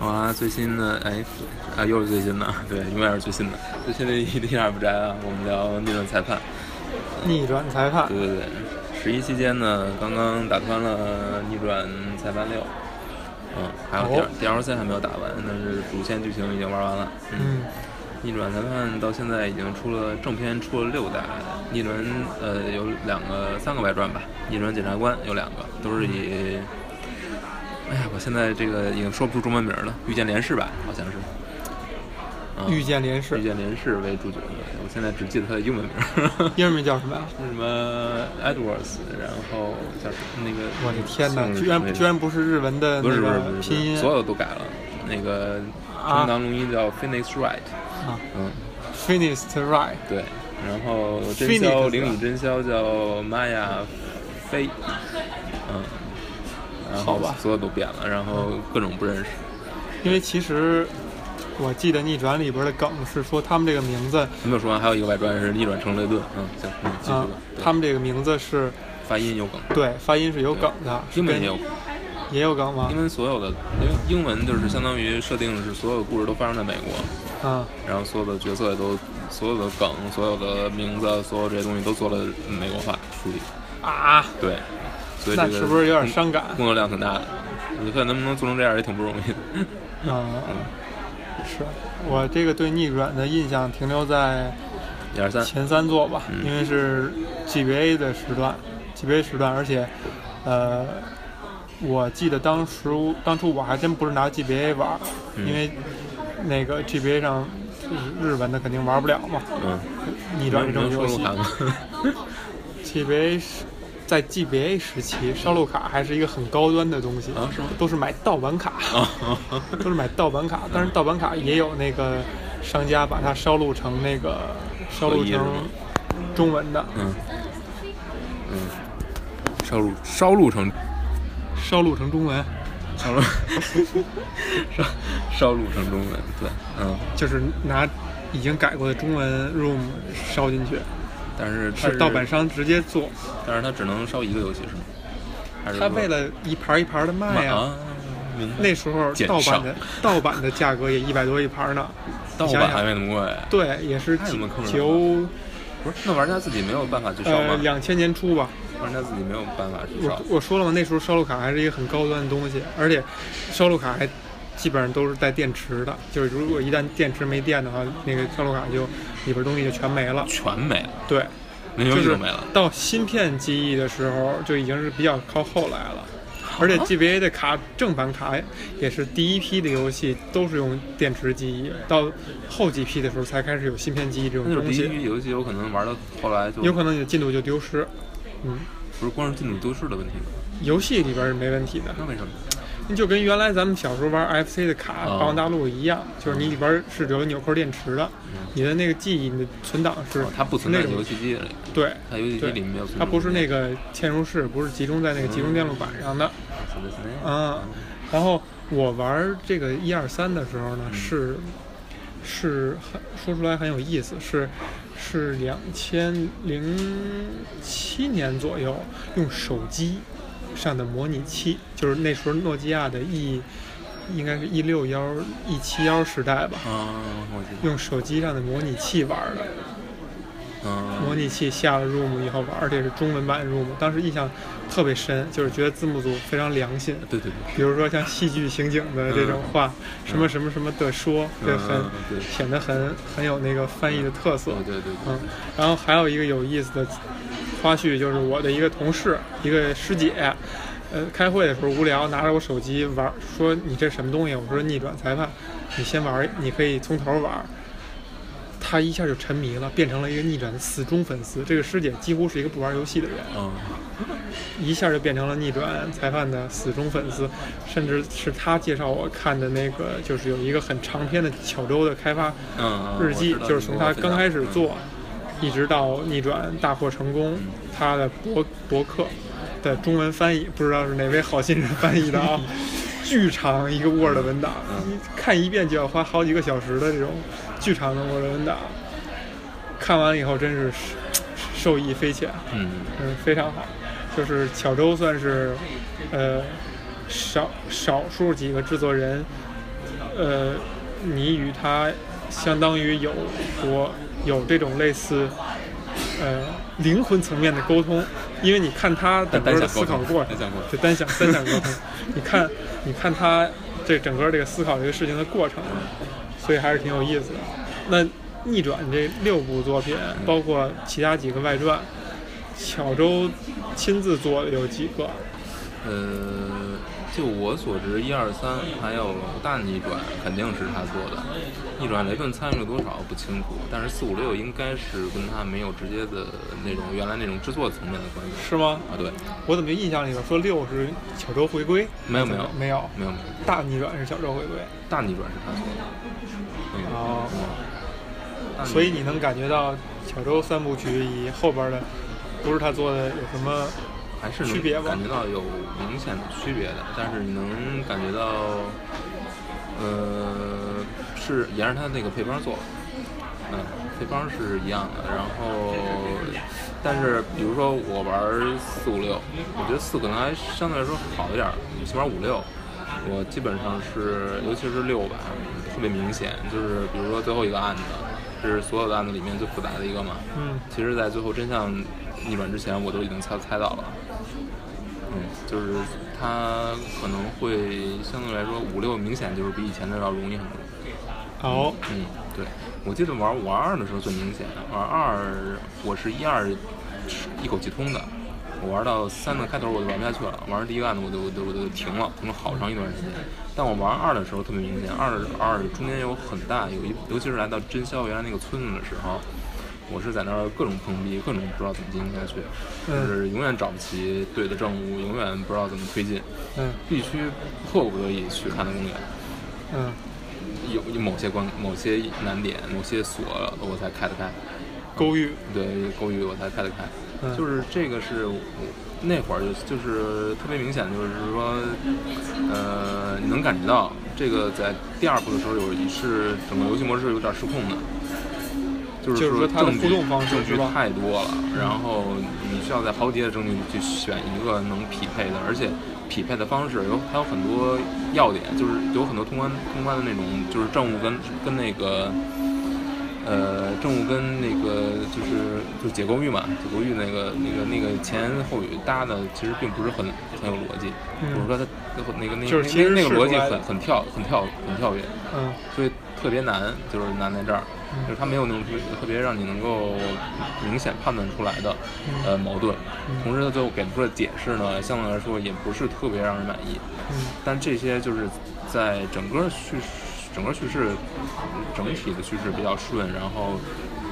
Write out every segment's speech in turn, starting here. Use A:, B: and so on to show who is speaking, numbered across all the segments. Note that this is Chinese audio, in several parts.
A: 啊，最新的哎，啊又是最新的，对，永远是最新的。最新的一一点儿也不宅啊，我们聊逆转裁判。
B: 逆转裁判
A: 对对对，十一期间呢，刚刚打穿了逆转裁判六，嗯，还有
B: 哦
A: D L C 还没有打完，但是主线剧情已经玩完了。
B: 嗯，
A: 逆转裁判到现在已经出了正片出了六代，逆转呃有两个三个外传吧，逆转检察官有两个，都是
B: 嗯
A: 以，哎呀，我现在这个已经说不出中文名了，遇见连氏吧，好像是。嗯
B: 遇见连
A: 遇
B: 氏，
A: 见连氏为主角的，我现在只记得他的英文名儿。
B: 英文名叫什么呀？
A: 是什么 Edwards，然后叫什么那个？
B: 我的天哪
A: 姓，是
B: 居
A: 什
B: 然
A: 么
B: 居然不是日文的
A: 不
B: 那
A: 是不是
B: 个
A: 不是，
B: 拼音
A: 所有都改了。那个
B: 啊
A: 充当录音叫 Phoenix Wright，
B: 啊
A: 嗯，
B: ，Finished Right，
A: 对。然后真宵
B: Phoenix
A: 灵与真宵叫 Maya 飞，嗯，然
B: 好
A: 后
B: 吧
A: 所有都变了，然后各种不认识。
B: 因为其实我记得逆转里边的梗是说他们这个名字
A: 还没有说完，还有一个外传是逆转成雷顿，嗯，行，嗯，继续
B: 啊
A: 吧。，
B: 他
A: 们
B: 们这个名字是
A: 发音有梗，
B: 对发音是有梗的，是
A: 英文
B: 跟
A: 也有梗。
B: 也有梗吗
A: 英？文所有的英英文就是相当于设定是所有故事都发生在美国，
B: 啊，
A: 然后所有的角色也都所有的梗、所有的名字、所有这些东西都做了美国化处理。
B: 啊，
A: 对，所以这
B: 那
A: 个嗯
B: 是不是有点伤感
A: 工作量挺大的？你看能不能做成这样也挺不容易的。嗯
B: 啊，是我这个对逆转的印象停留在
A: 一二三，
B: 前三座吧，
A: 嗯
B: 因为是 GBA 的时段，GBA 时段，而且，呃，我记得当时当初我还真不是拿 GBA 玩儿，
A: 嗯
B: 因为那个 GBA 上日日文的肯定玩不了嘛，
A: 嗯，
B: 逆
A: 你
B: 转这
A: 能能
B: 种
A: 说
B: 游
A: 鹿
B: 戏
A: 晗吗？
B: ，GBA 是。在 GBA 时期，烧录卡还是一个很高端的东西，
A: 啊是吗
B: 都是买盗版卡。
A: 啊，
B: 都是买盗版卡，但是盗版卡也有那个商家把它烧录成那个烧录
A: 合一是
B: 成
A: 吗
B: 中文的，
A: 嗯嗯，烧录烧录成
B: 烧录成中文
A: 烧录烧烧录成中文，对，嗯。
B: 就是拿已经改过的中文 room 烧进去，
A: 但是它
B: 是盗版商直接做，
A: 但是它只能烧一个游戏是吗？还是
B: 他
A: 说
B: 为了一盘一盘的卖
A: 买
B: 呀、
A: 啊，明白
B: 那时候
A: 减
B: 盗
A: 少
B: 版的盗版的价格也一百多一盘呢，
A: 盗
B: 想
A: 版
B: 想
A: 还没那么贵，
B: 对，也是
A: 太他妈坑人了
B: 九
A: 啊不是？那玩家自己没有办法去烧
B: 呃
A: 吗？
B: 两千年初吧，
A: 玩家自己没有办法去烧
B: 我。我说了嘛，那时候烧录卡还是一个很高端的东西，而且烧录卡还基本上都是带电池的，就是如果一旦电池没电的话，那个烧录卡就里边东西就全没了。
A: 全没了，
B: 对，
A: 连游
B: 就
A: 戏
B: 是
A: 都没了。
B: 到芯片记忆的时候就已经是比较靠后来了，而且 GBA 的卡正版卡也是第一批的游戏都是用电池记忆，到后几批的时候才开始有芯片记忆这种
A: 那就是
B: 东
A: 第一
B: 西，
A: 批游戏有可能玩到后来就
B: 有可能你的进度就丢失。嗯，
A: 不是光是进度丢失的问题了，
B: 游戏里边是没问题的。
A: 那为什么？
B: 就跟原来咱们小时候玩 FC 的卡《
A: 哦
B: 霸王大陆》一样，就是你里边是有纽扣电池的，你的那个记忆、你的存档是
A: 嗯哦它不存在
B: 那种
A: 游戏机里，
B: 对，
A: 它游戏嗯机里没有存。
B: 它不是那个嵌入式，不是集中在那个集中电路板上的
A: 啊，
B: 啊。然后我玩这个一二三的时候呢，是是很说出来很有意思，是是两千零七年左右用手机上的模拟器，就是那时候诺基亚的 E 应该是一 E 六幺、一七幺时代吧，
A: 我记得，
B: 用手机上的模拟器玩的。模
A: 嗯，
B: 拟器下了 Room 以后玩，而且是中文版 Room，当时印象特别深，就是觉得字幕组非常良心。
A: 对对对，
B: 比如说像戏剧情景的这种话，什么什么什么的说，这很
A: 嗯对
B: 显得很很有那个翻译的特色。
A: 对对对对
B: 嗯，然后还有一个有意思的花絮，就是我的一个同事，一个师姐，呃，开会的时候无聊，拿着我手机玩，说你这什么东西？我说逆转裁判，你先玩，你可以从头玩。他一下就沉迷了，变成了一个逆转的死忠粉丝。这个师姐几乎是一个不玩游戏的人，
A: 嗯，
B: 一下就变成了逆转裁判的死忠粉丝，甚至是他介绍我看的那个，就是有一个很长篇的巧周的开发
A: 嗯
B: 日记，就是从他刚开始做，一直到逆转大获成功，他的博博客的中文翻译，不知道是哪位好心人翻译的啊，巨长一个 Word 文档，你看一遍就要花好几个小时的这种巨长的 Word 文档，看完以后真是受益匪浅。
A: 嗯，
B: 嗯，非常好，就是巧周算是，呃，少少数几个制作人呃，你与他相当于有过有这种类似呃灵魂层面的沟通，因为你看他整个的思考过程，
A: 单向沟通
B: 就单向单向沟通， 你看你看他这整个这个思考这个事情的过程，所以还是挺有意思的。那逆转这六部作品，包括其他几个外传，巧周亲自做的有几个？
A: 呃，就我所知，一二三还有老大逆转肯定是他做的，逆转雷顿参与了多少不清楚，但是四五六应该是跟他没有直接的那种原来那种制作层面的关系
B: 是吗？
A: 啊，对，
B: 我怎么印象里边说六是小周回归？
A: 没有没有
B: 没有，
A: 没有没有，
B: 大逆转是小周回归。
A: 大逆转是他做的，嗯
B: 哦
A: 嗯大逆
B: 所以你能感觉到小周三部曲以后边的不是他做的有什么？
A: 还是能
B: 区别吗
A: 感觉到有明显的区别的，但是你能感觉到，呃，是沿着它那个配方做，嗯，配方是一样的。然后，但是比如说我玩四五六，我觉得四可能还相对来说好一点儿，起码五六，我基本上是，尤其是六吧，特别明显，就是比如说最后一个案子，这是所有的案子里面最复杂的一个嘛，
B: 嗯，
A: 其实，在最后真相逆转之前，我都已经猜猜到了。嗯，就是它可能会相对来说五六明显就是比以前的要容易很多。
B: 好、
A: 嗯，对，我记得玩玩二的时候最明显，玩二我是一二是一口气通的，我玩到三的开头我就玩不下去了，玩完第一个案子我就我就我就停了，停了好长一段时间。但我玩二的时候特别明显，二二中间有很大有一，尤其是来到真宵原来那个村子的时候。我是在那儿各种碰壁，各种不知道怎么进行下去，就
B: 嗯
A: 是永远找不齐对的证物，永远不知道怎么推进，
B: 嗯
A: 必须迫不得已去看的公园。
B: 嗯，
A: 有有某些关、某些难点、某些锁，我才开得开。
B: 勾玉，
A: 对，勾玉我才开得开。
B: 嗯
A: 就是这个是我那会儿就就是特别明显，就是说，呃，你能感觉到这个在第二部的时候有一是整个游戏模式有点失控的，就是
B: 就是说它的
A: 证据
B: 互动方式
A: 证据
B: 是吧
A: 太多了，然后你需要在好几页证据里去选一个能匹配的，而且匹配的方式有它有很多要点，就是有很多通关通关的那种，就是证物跟跟那个。呃，政务跟那个就是就是解构域嘛，解构域那个那个那个前言后语搭的其实并不是很很有逻辑，
B: 嗯
A: 我说它那个那
B: 就是其实
A: 那那个
B: 是
A: 逻辑
B: 出来的
A: 很很跳很跳很跳跃，
B: 嗯
A: 所以特别难，就是难在这儿，就是它没有那种特别特别让你能够明显判断出来的
B: 嗯
A: 呃矛盾，同时它最后给出的解释呢，相对来说也不是特别让人满意，
B: 嗯
A: 但这些就是在整个叙整个叙事整体的叙事比较顺，然后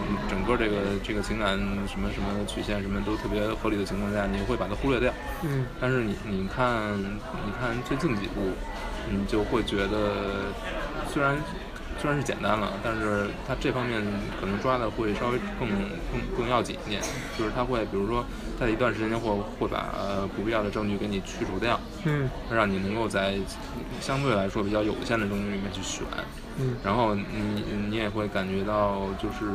A: 嗯整个这个这个情感什么什么曲线什么都特别合理的情况下，你会把呃它忽略掉。
B: 嗯
A: 但是你你看你看最近几部，你就会觉得虽然虽然是简单了，但是它这方面可能抓的会稍微更更更要紧一点，就是它会比如说在一段时间内会会把呃不必要的证据给你去除掉。
B: 嗯
A: 让你能够在呃相对来说比较有限的东西里面去选，
B: 嗯
A: 然后你嗯你也会感觉到就是，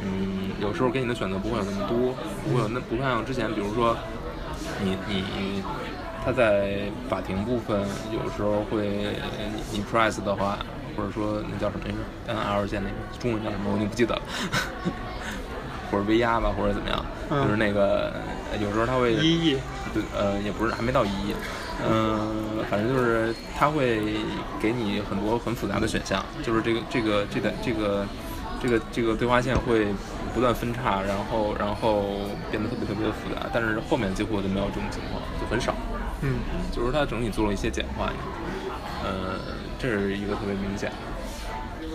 A: 嗯，有时候给你的选择不会有那么多，不嗯会有那不像之前，比如说你你你他在法庭部分有时候会你你 press 的话，或者说那叫什么来着？嗯，L 线那个中文叫什么我已经不记得了，或者威压吧，或者怎么样，
B: 嗯
A: 就是那个呃有时候他会
B: 一亿，
A: 对，呃，也不是，还没到一亿，嗯、反正就是它会给你很多很复杂的选项，就是这个这个这个这个这个这个对话线会不断分叉，然后然后变得特别特别的复杂，但是后面几乎就没有这种情况，就很少，
B: 嗯
A: 就是它整体做了一些简化，呃，这是一个特别明显的，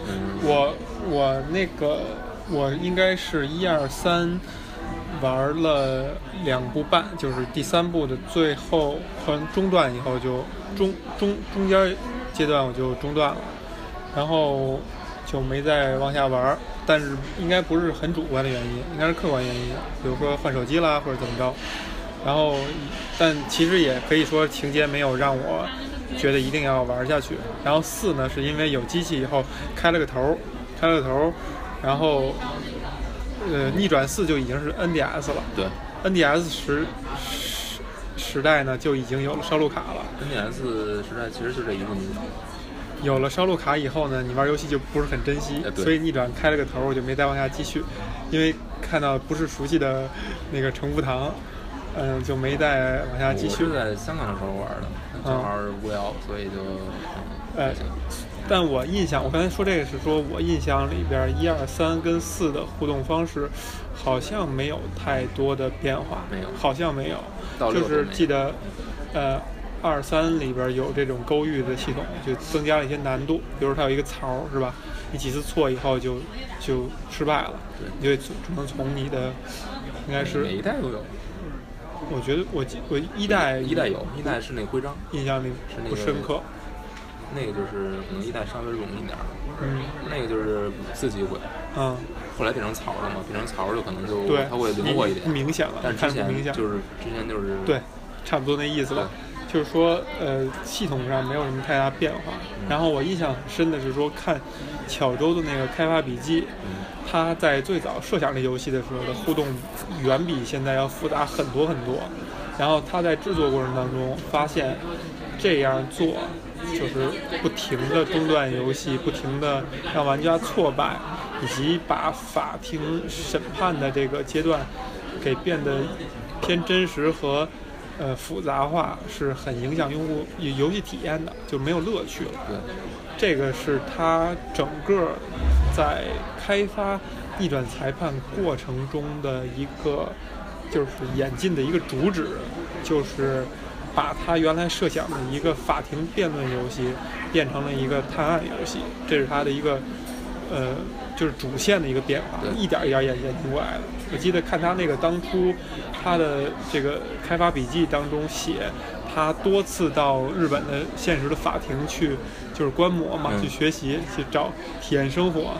A: 嗯，
B: 我我那个我应该是一二三玩了两部半，就是第三部的最后和中断以后就中中中间阶段我就中断了，然后就没再往下玩儿。但是应该不是很主观的原因，应该是客观原因，比如说换手机啦或者怎么着。然后，但其实也可以说情节没有让我觉得一定要玩下去。然后四呢，是因为有机器以后开了个头儿，开了个头儿，然后呃逆转四就已经是 NDS 了
A: 对
B: ，NDS 时时时代呢就已经有了烧录卡了。
A: ，NDS 时代其实就这一个东西，
B: 有了烧录卡以后呢，你玩游戏就不是很珍惜
A: 哎，对
B: 所以逆转开了个头儿，我就没再往下继续，因为看到不是熟悉的那个程步堂，嗯、就没再往下继续
A: 我。是在香港的时候玩的，正好无聊，所以就
B: 呃
A: 嗯
B: 但我印象，我刚才说这个是说我印象里边一二三跟四的互动方式，好像没有太多的变化，
A: 没有
B: 好像没有，
A: 到六都
B: 就
A: 没有
B: 是记得，呃，二三里边有这种勾玉的系统，就增加了一些难度，比如它有一个槽儿是吧？你几次错以后就就失败了，
A: 对
B: 你就只只能从你的应该
A: 每
B: 是，
A: 一代都有，
B: 我觉得我记我一代
A: 哎一代有，一代是那徽章，
B: 印象里
A: 是那
B: 不
A: 个
B: 深刻，
A: 那个就是可能一代稍微容易一点儿，
B: 嗯
A: 那个就是自己滚，
B: 嗯，
A: 后来变成槽了嘛，变成槽就可能就
B: 对，
A: 它会灵活一点，
B: 明显了，
A: 但之
B: 看着
A: 前
B: 明显
A: 就是之前就是
B: 对，差不多那意思吧。就是说，呃，系统上没有什么太大变化。然后我印象很深的是说，看巧周的那个开发笔记，他在最早设想这游戏的时候的互动远比现在要复杂很多很多。然后他在制作过程当中发现，这样做就是不停的中断游戏，不停的让玩家挫败，以及把法庭审判的这个阶段给变得偏真实和呃复杂化，是很影响用户游游戏体验的，就没有乐趣了。
A: 对，
B: 这个是他整个在开发逆转裁判过程中的一个就是演进的一个主旨，就是把他原来设想的一个法庭辩论游戏变成了一个探案游戏，这是他的一个呃就是主线的一个变化，
A: 对
B: 一点儿一点儿演演进过来的。我记得看他那个当初他的这个开发笔记当中写。他多次到日本的现实的法庭去，就是观摩嘛，
A: 嗯
B: 去学习，去找体验生活。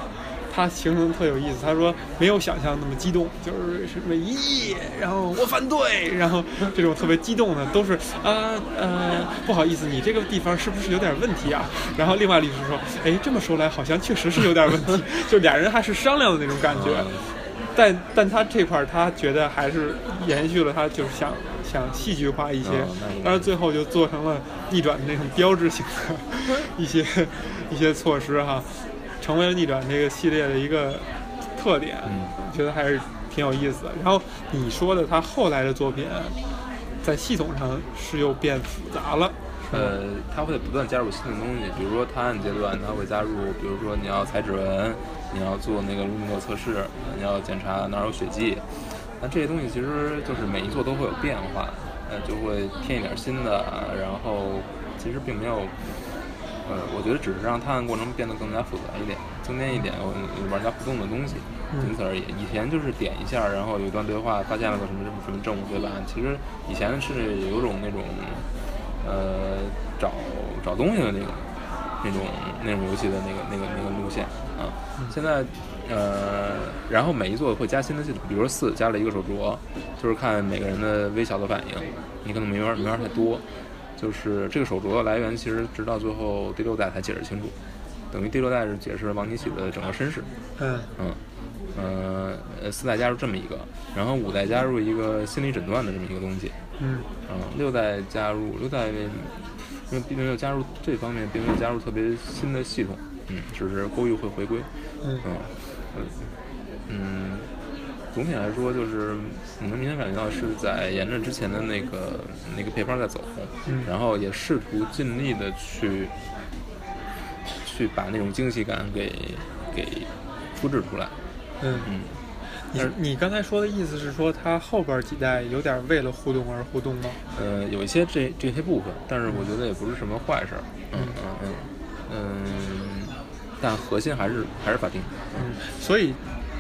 B: 他形容得特有意思，他说没有想象那么激动，就是什么咦，然后我反对，然后这种特别激动的都是啊呃不好意思，你这个地方是不是有点问题啊？然后另外律师说，哎，这么说来好像确实是有点问题， 就俩人还是商量的那种感觉。
A: 嗯
B: 但但他这块儿，他觉得还是延续了他就是想想戏剧化一些
A: 哦那应，该
B: 但是最后就做成了逆转的那种标志性的一些 一些措施哈，成为了逆转这个系列的一个特点，我觉得还是挺有意思的。然后你说的他后来的作品，在系统上是又变复杂了，是吗？
A: 呃，它会不断加入新的东西，比如说探案阶段，它会加入，比如说你要采指纹，你要做那个卢米诺测试，你要检查哪儿有血迹。那这些东西其实就是每一座都会有变化，呃，就会添一点新的，然后其实并没有，呃，我觉得只是让探案过程变得更加复杂一点，增添一点我玩家互动的东西，仅此而已。以前就是点一下，然后有一段对话，发现了个什么什么什么证物对吧？其实以前是有种那种。呃找找东西的那种那种那种游戏的那个那个那个路线啊。现在呃，然后每一座会加新的系统，比如说四加了一个手镯，就是看每个人的微小的反应，你可能没法没法太多。就是这个手镯的来源，其实直到最后第六代才解释清楚，等于第六代是解释了王尼喜的整个身世。
B: 嗯
A: 嗯，呃，呃四代加入这么一个，然后五代加入一个心理诊断的这么一个东西，
B: 嗯
A: 嗯，六代加入，六代因为并没有加入这方面，并没有加入特别新的系统，嗯，只是勾玉会回归，
B: 嗯
A: 嗯，呃嗯，总体来说就是你能明显感觉到是在沿着之前的那个那个配方在走，
B: 嗯
A: 然后也试图尽力的去去把那种惊喜感给给复制出来，
B: 嗯。
A: 嗯，
B: 你
A: 但是
B: 你刚才说的意思是说，它后边几代有点为了互动而互动吗？
A: 呃，有一些这这些部分，但是我觉得也不是什么坏事儿。嗯嗯嗯嗯，但核心还是还是法定。
B: 嗯，所以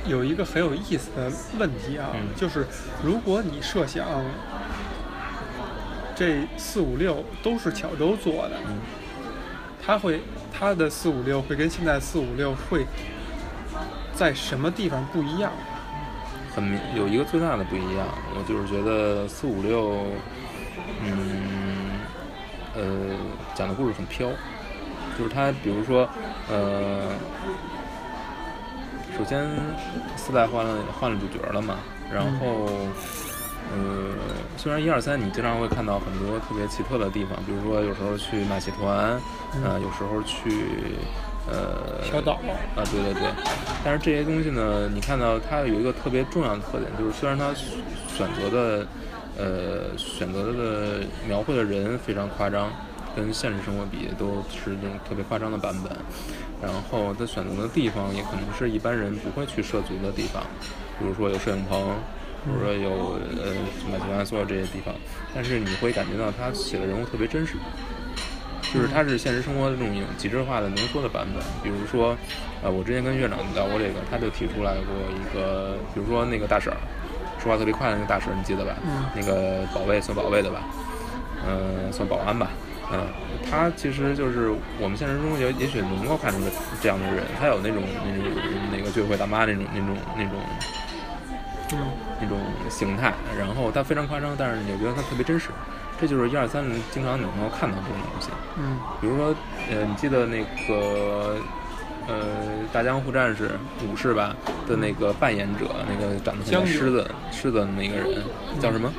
B: 有一个很有意思的问题啊，
A: 嗯
B: 就是如果你设想这四五六都是巧周做的，
A: 嗯
B: 它会它的四五六会跟现在四五六会在什么地方不一样？
A: 很明有一个最大的不一样，我就是觉得四五六，嗯，呃，讲的故事很飘，就是他比如说，呃，
B: 嗯
A: 首先四代换了换了主角了嘛，然后呃，虽然一二三你经常会看到很多特别奇特的地方，比如说有时候去马戏团，呃，有时候去呃
B: 嗯小岛
A: 啊，对对对。但是这些东西呢，你看到它有一个特别重要的特点，就是虽然它选择的呃选择的描绘的人非常夸张，跟现实生活比都是那种特别夸张的版本。然后它选择的地方也可能是一般人不会去涉足的地方，比如说有摄影棚，比如说有呃马戏团所有这些地方，但是你会感觉到他写的人物特别真实，就是它是现实生活的这种极致化的浓缩的版本。比如说，呃，我之前跟院长聊过这个，他就提出来过一个，比如说那个大婶儿，说话特别快的那个大婶儿，你记得吧？
B: 嗯
A: 那个保卫算保卫的吧？嗯、算保安吧。嗯，他其实就是我们现实中也也许能够看出这样的人，他有那种那种那个聚会大妈那种那种那种
B: 嗯，
A: 那种形态，然后它非常夸张，但是你又觉得它特别真实，这就是一二三经常你能够看到这种东西。
B: 嗯，
A: 比如说，呃，你记得那个呃《大江户战士》武士吧的那个扮演者，那个长得像
B: 将军
A: 狮子狮子的那个人叫什么？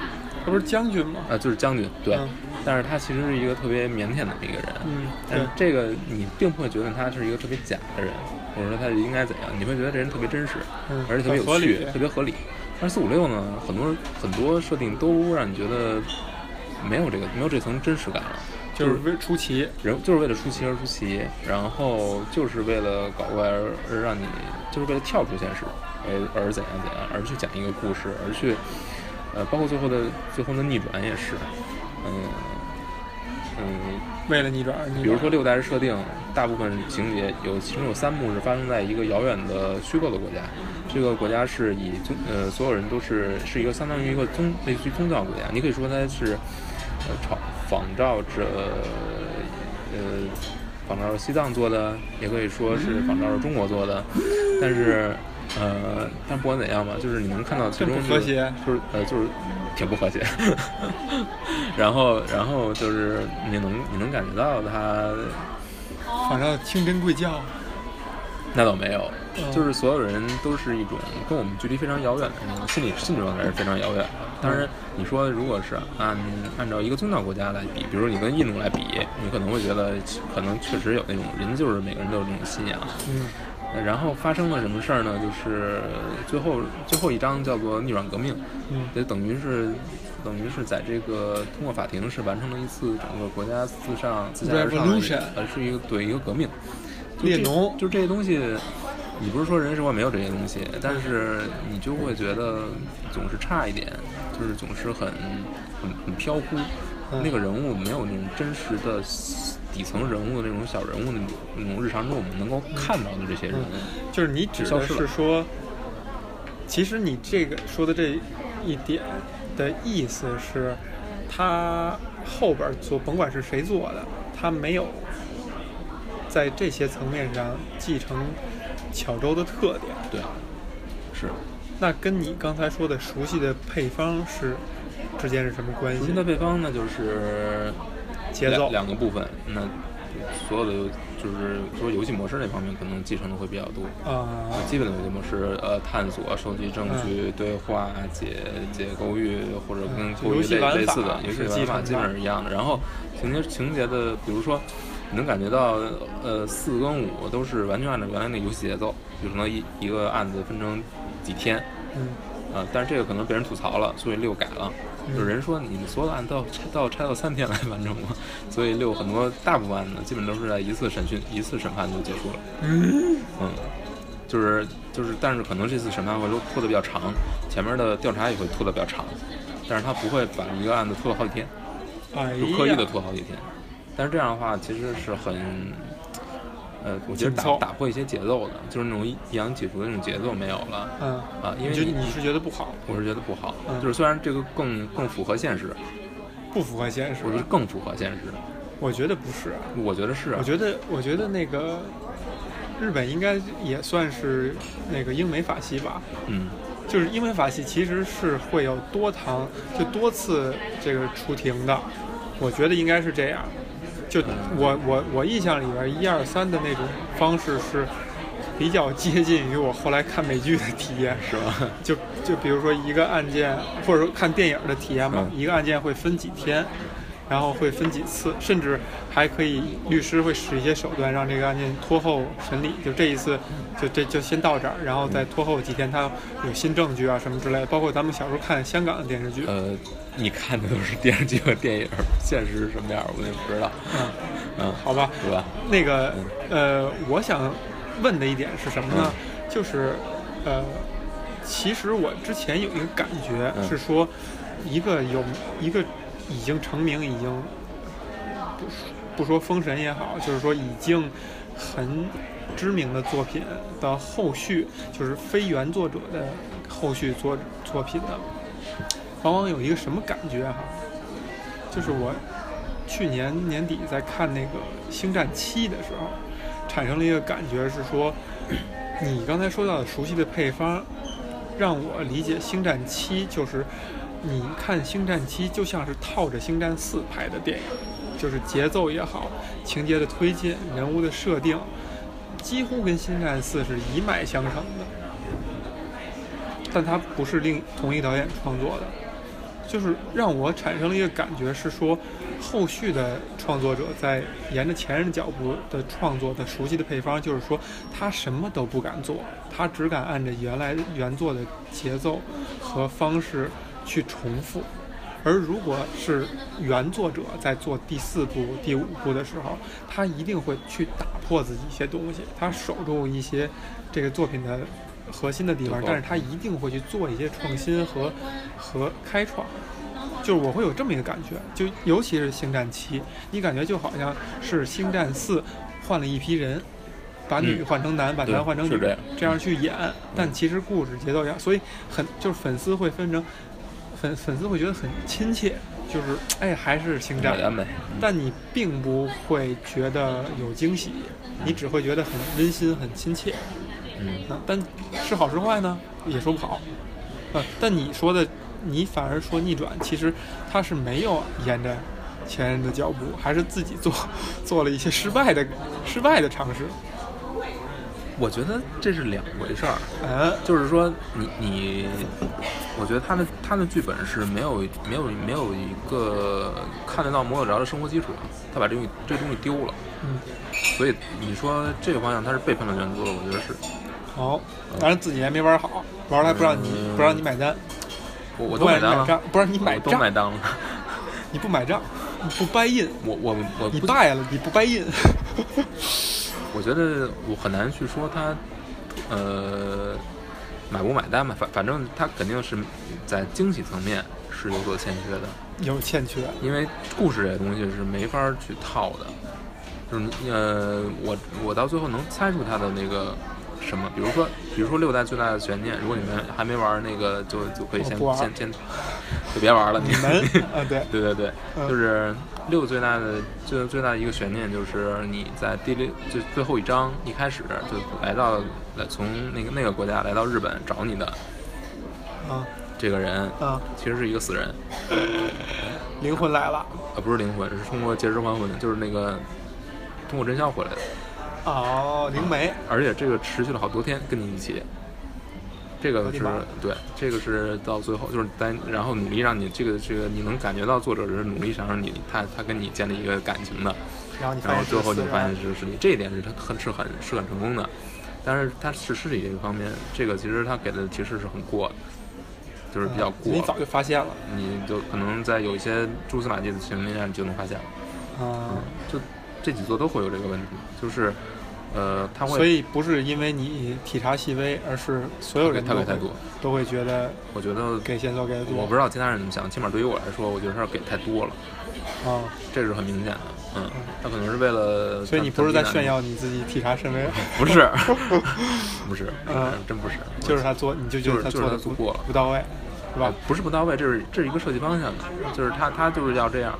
B: 他不是将军吗？
A: 啊，就是将军，对
B: 嗯。
A: 但是他其实是一个特别腼腆的一个人，
B: 嗯，
A: 但
B: 对
A: 是，这个你并不会觉得他是一个特别假的人，或者说他应该怎样，你会觉得这人特别真实，
B: 嗯
A: 而且特别
B: 很合
A: 有趣
B: 理，
A: 特别合理。但是四五六呢，很多很多设定都让你觉得没有这个没有这层真实感了，
B: 就是
A: 嗯
B: 为出奇，
A: 人就是为了出奇而出奇，然后就是为了搞怪而而让你就是为了跳出现实，而而怎样怎样，而去讲一个故事，而去呃，包括最后的最后的逆转也是，嗯嗯，
B: 为了逆转而逆转。
A: 比如说，六代的设定，大部分情节有其中有三幕是发生在一个遥远的虚构的国家，这个国家是以宗呃所有人都是是一个相当于一个宗类似于宗教国家，你可以说它是呃仿仿照着呃仿照西藏做的，也可以说是仿照着中国做的，但是呃但不管怎样吧，就是你能看到其
B: 真
A: 中
B: 不
A: 就
B: 和
A: 是
B: 谐
A: 就是呃就是挺不和谐。 然后，然后就是你能你能感觉到他，
B: 反正清真贵教，
A: 那倒没有，
B: 嗯
A: 就是所有人都是一种跟我们距离非常遥远的那种心理心理状态是非常遥远的。当
B: 嗯
A: 然，你说如果是按按照一个宗教国家来比，比如你跟印度来比，你可能会觉得可能确实有那种人就是每个人都有那种信仰，
B: 嗯，
A: 呃然后发生了什么事儿呢？就是最后最后一章叫做逆转革命，
B: 嗯
A: 也等于是等于是在这个通过法庭是完成了一次整个国家自上自下而上的一
B: Revolution
A: 呃是一个对一个革命。就
B: 列
A: 这
B: 侬
A: 就这些东西，你不是说人生活没有这些东西，但是你就会觉得总是差一点，就是总是很很很飘忽。
B: 嗯
A: 那个人物没有那种真实的底层人物的那种小人物的那种日常中我们能够看到的这些人，
B: 就是你指
A: 消
B: 的
A: 失了
B: 是说，其实你这个说的这一点的意思是，他后边做甭管是谁做的，他没有在这些层面上继承巧周的特点，
A: 对，是。
B: 那跟你刚才说的熟悉的配方是之间是什么关
A: 熟
B: 系
A: 悉？的配方呢，就是
B: 节
A: 两
B: 奏
A: 两个部分。那所有的游就是说游戏模式那方面，可能继承的会比较多。
B: 啊，
A: 基本的游戏模式，呃，探索、收集证据、对话、解解构欲，或者跟
B: 嗯
A: 构
B: 游
A: 欲
B: 戏
A: 类
B: 玩
A: 类似的
B: 法，
A: 游戏
B: 是
A: 玩
B: 继
A: 法
B: 承
A: 基本
B: 的
A: 是一样的。然后情节情节的，比如说，你能感觉到，呃，四跟五都是完全按照原来那游戏节奏，比如说一一个案子分成几天，
B: 嗯，
A: 啊，但是这个可能被人吐槽了，所以六改了。
B: 嗯
A: 有人说你们所有的案都要拆到拆到三天来完成嘛，所以六很多大部分案子基本都是在一次审讯、一次审判就结束了。
B: 嗯，
A: 嗯，就是就是，但是可能这次审判会拖得比较长，前面的调查也会拖得比较长，但是他不会把一个案子拖到好几天，
B: 哎
A: 就刻意的
B: 呀，
A: 拖好几天。但是这样的话，其实是很，呃，我觉得
B: 紧
A: 打
B: 凑
A: 打破一些节奏的，就是那种抑扬起伏的那种节奏没有了。
B: 嗯
A: 啊因为
B: 你就
A: 你
B: 你是觉得不好，
A: 我是觉得不好，
B: 嗯
A: 就是虽然这个更更符合现实，
B: 不符合现实
A: 我，觉得更符合现实，
B: 我觉得不是啊。
A: 我觉得是啊，
B: 我觉得，我觉得那个日本应该也算是那个英美法系吧，
A: 嗯，
B: 就是英美法系其实是会有多堂，就多次这个出庭的，我觉得应该是这样。就我我我印象里边一二三的那种方式是，比较接近于我后来看美剧的体验，
A: 是吧？
B: 就就比如说一个案件，或者说看电影的体验吧，
A: 嗯
B: 一个案件会分几天，然后会分几次，甚至还可以律师会使一些手段让这个案件拖后审理，就这一次就这就先到这儿，然后再拖后几天，他有新证据啊什么之类的，包括咱们小时候看香港的电视剧，
A: 呃，你看的都是电视剧和电影，现实是什么样儿我也不知道。嗯，
B: 好吧？
A: 对吧？嗯
B: 那个呃，我想问的一点是什么呢？
A: 嗯
B: 就是呃，其实我之前有一个感觉
A: 嗯
B: 是说，一个有一个已经成名、已经不不说封神也好，就是说已经很知名的作品的后续，就是非原作者的后续作作品呢，往往有一个什么感觉哈、就是我去年年底在看那个《星战七》的时候，产生了一个感觉是说，你刚才说到的熟悉的配方，让我理解《星战七》就是你看《星战七》就像是套着《星战四》拍的电影，就是节奏也好，情节的推进、人物的设定，几乎跟《星战四》是一脉相承的。但它不是另同一导演创作的，就是让我产生了一个感觉是说，后续的创作者在沿着前人的脚步的创作的熟悉的配方，就是说他什么都不敢做，他只敢按着原来原作的节奏和方式去重复。而如果是原作者在做第四部、第五部的时候，他一定会去打破自己一些东西，他守住一些这个作品的核心的地方
A: 对，吧
B: 但是他一定会去做一些创新和和开创。就是我会有这么一个感觉，就尤其是《星战七》，你感觉就好像是《星战四》换了一批人，把女
A: 嗯
B: 换成男，把
A: 对
B: 男换成女，
A: 是这样嗯
B: 去演。但其实故事节奏一样，所以很就是粉丝会分成粉粉丝会觉得很亲切，就是哎还是《星战
A: 美》，安美，
B: 但你并不会觉得有惊喜，你只会觉得很温馨、很亲切。
A: 嗯，
B: 啊，但是好是坏呢，也说不好。呃，但你说的，你反而说逆转，其实他是没有沿着前人的脚步，还是自己做做了一些失 败的失败的尝试。
A: 我觉得这是两回事儿。
B: 嗯，
A: 就是说你，你我觉得他的他的剧本是没有没有没有一个看得到摸得着的生活基础，他把这东西这东西丢了，
B: 嗯，
A: 所以你说这个方向他是背叛了原作，我觉得是。
B: 好，当然自己也没玩好，玩了还不让你、不让你买单，
A: 我我
B: 不
A: 都
B: 让
A: 买
B: 你
A: 单
B: 买
A: 了
B: 账，，不让你买
A: 我都
B: 账，
A: 买单了。
B: 你不买账，你不掰印，
A: 我我我
B: 你
A: 不，
B: 败了，你不掰印。
A: 我觉得我很难去说他，呃，买不买单吧，反反正他肯定是在惊喜层面是有所欠缺的。
B: 有欠缺，
A: 因为故事这个东西是没法儿去套的，就是你呃，我我到最后能猜出它的那个什么，比如说比如说六代最大的悬念，如果你们还没玩儿那个，就就可以
B: 我
A: 先
B: 哦不玩儿
A: 先先就别玩儿了，
B: 你们 啊对，
A: 对对对，
B: 嗯
A: 就是六最大的最最大的一个悬念就是你在第六就最后一章一开始就来到来从那个那个国家来到日本找你的
B: 啊
A: 这个人，
B: 啊，
A: 其实是一个死人，
B: 灵魂来了
A: 呃，不是灵魂，是通过借尸还魂，就是那个通过真宵回来的，
B: 哦，灵媒。
A: 而且这个持续了好多天，跟你一起。这
B: 我
A: 个
B: 的
A: 是
B: 妈呀
A: 对，这个是到最后就是在然后努力让你这个这个你能感觉到作者是努力想让你他他跟你建立一个感情的，
B: 然后你发
A: 然后
B: 现
A: 最后你
B: 是
A: 发现是是你这一点是他很是很是很成功的，但是他是尸体这个方面，这个其实他给的提示是很过的，就是比较过
B: 你
A: 了，
B: 嗯早就发现了
A: 你就可能在有一些蛛丝马迹的情况下你就能发现了。
B: 啊，
A: 就这几座都会有这个问题，就是呃，他会
B: 所以不是因为你体察细微，而是所有
A: 给
B: 人
A: 他
B: 都
A: 给太
B: 会
A: 多，
B: 都会觉得
A: 我觉得
B: 给线索给的多。
A: 我不知道其他人怎么想，起码对于我来说，我觉得他是给太多了，
B: 啊，
A: 这是很明显的，嗯，他可能是为了，
B: 所以你不是在炫，耀你自己体察甚 微，
A: 不 是，不是，
B: 嗯
A: 真不是，
B: 就是他做，你就觉
A: 就
B: 得
A: 是
B: 他
A: 就是
B: 做的
A: 他做
B: 不
A: 过了
B: 不到位，是吧？
A: 啊不是不到位，这是这是一个设计方向的，就是他他就是要这样。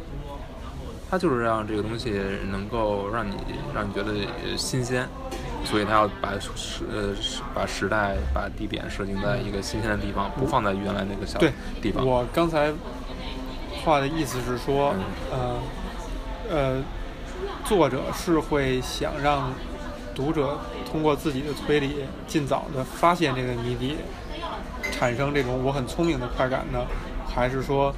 A: 他就是让这个东西能够让你让你觉得呃新鲜，所以他要把时呃时把时代把地点设定在一个新鲜的地方，不放在原来那个小
B: 对
A: 地方。
B: 我刚才话的意思是说，
A: 嗯
B: 呃呃，作者是会想让读者通过自己的推理，尽早的发现这个谜底，产生这种我很聪明的快感呢？还是说，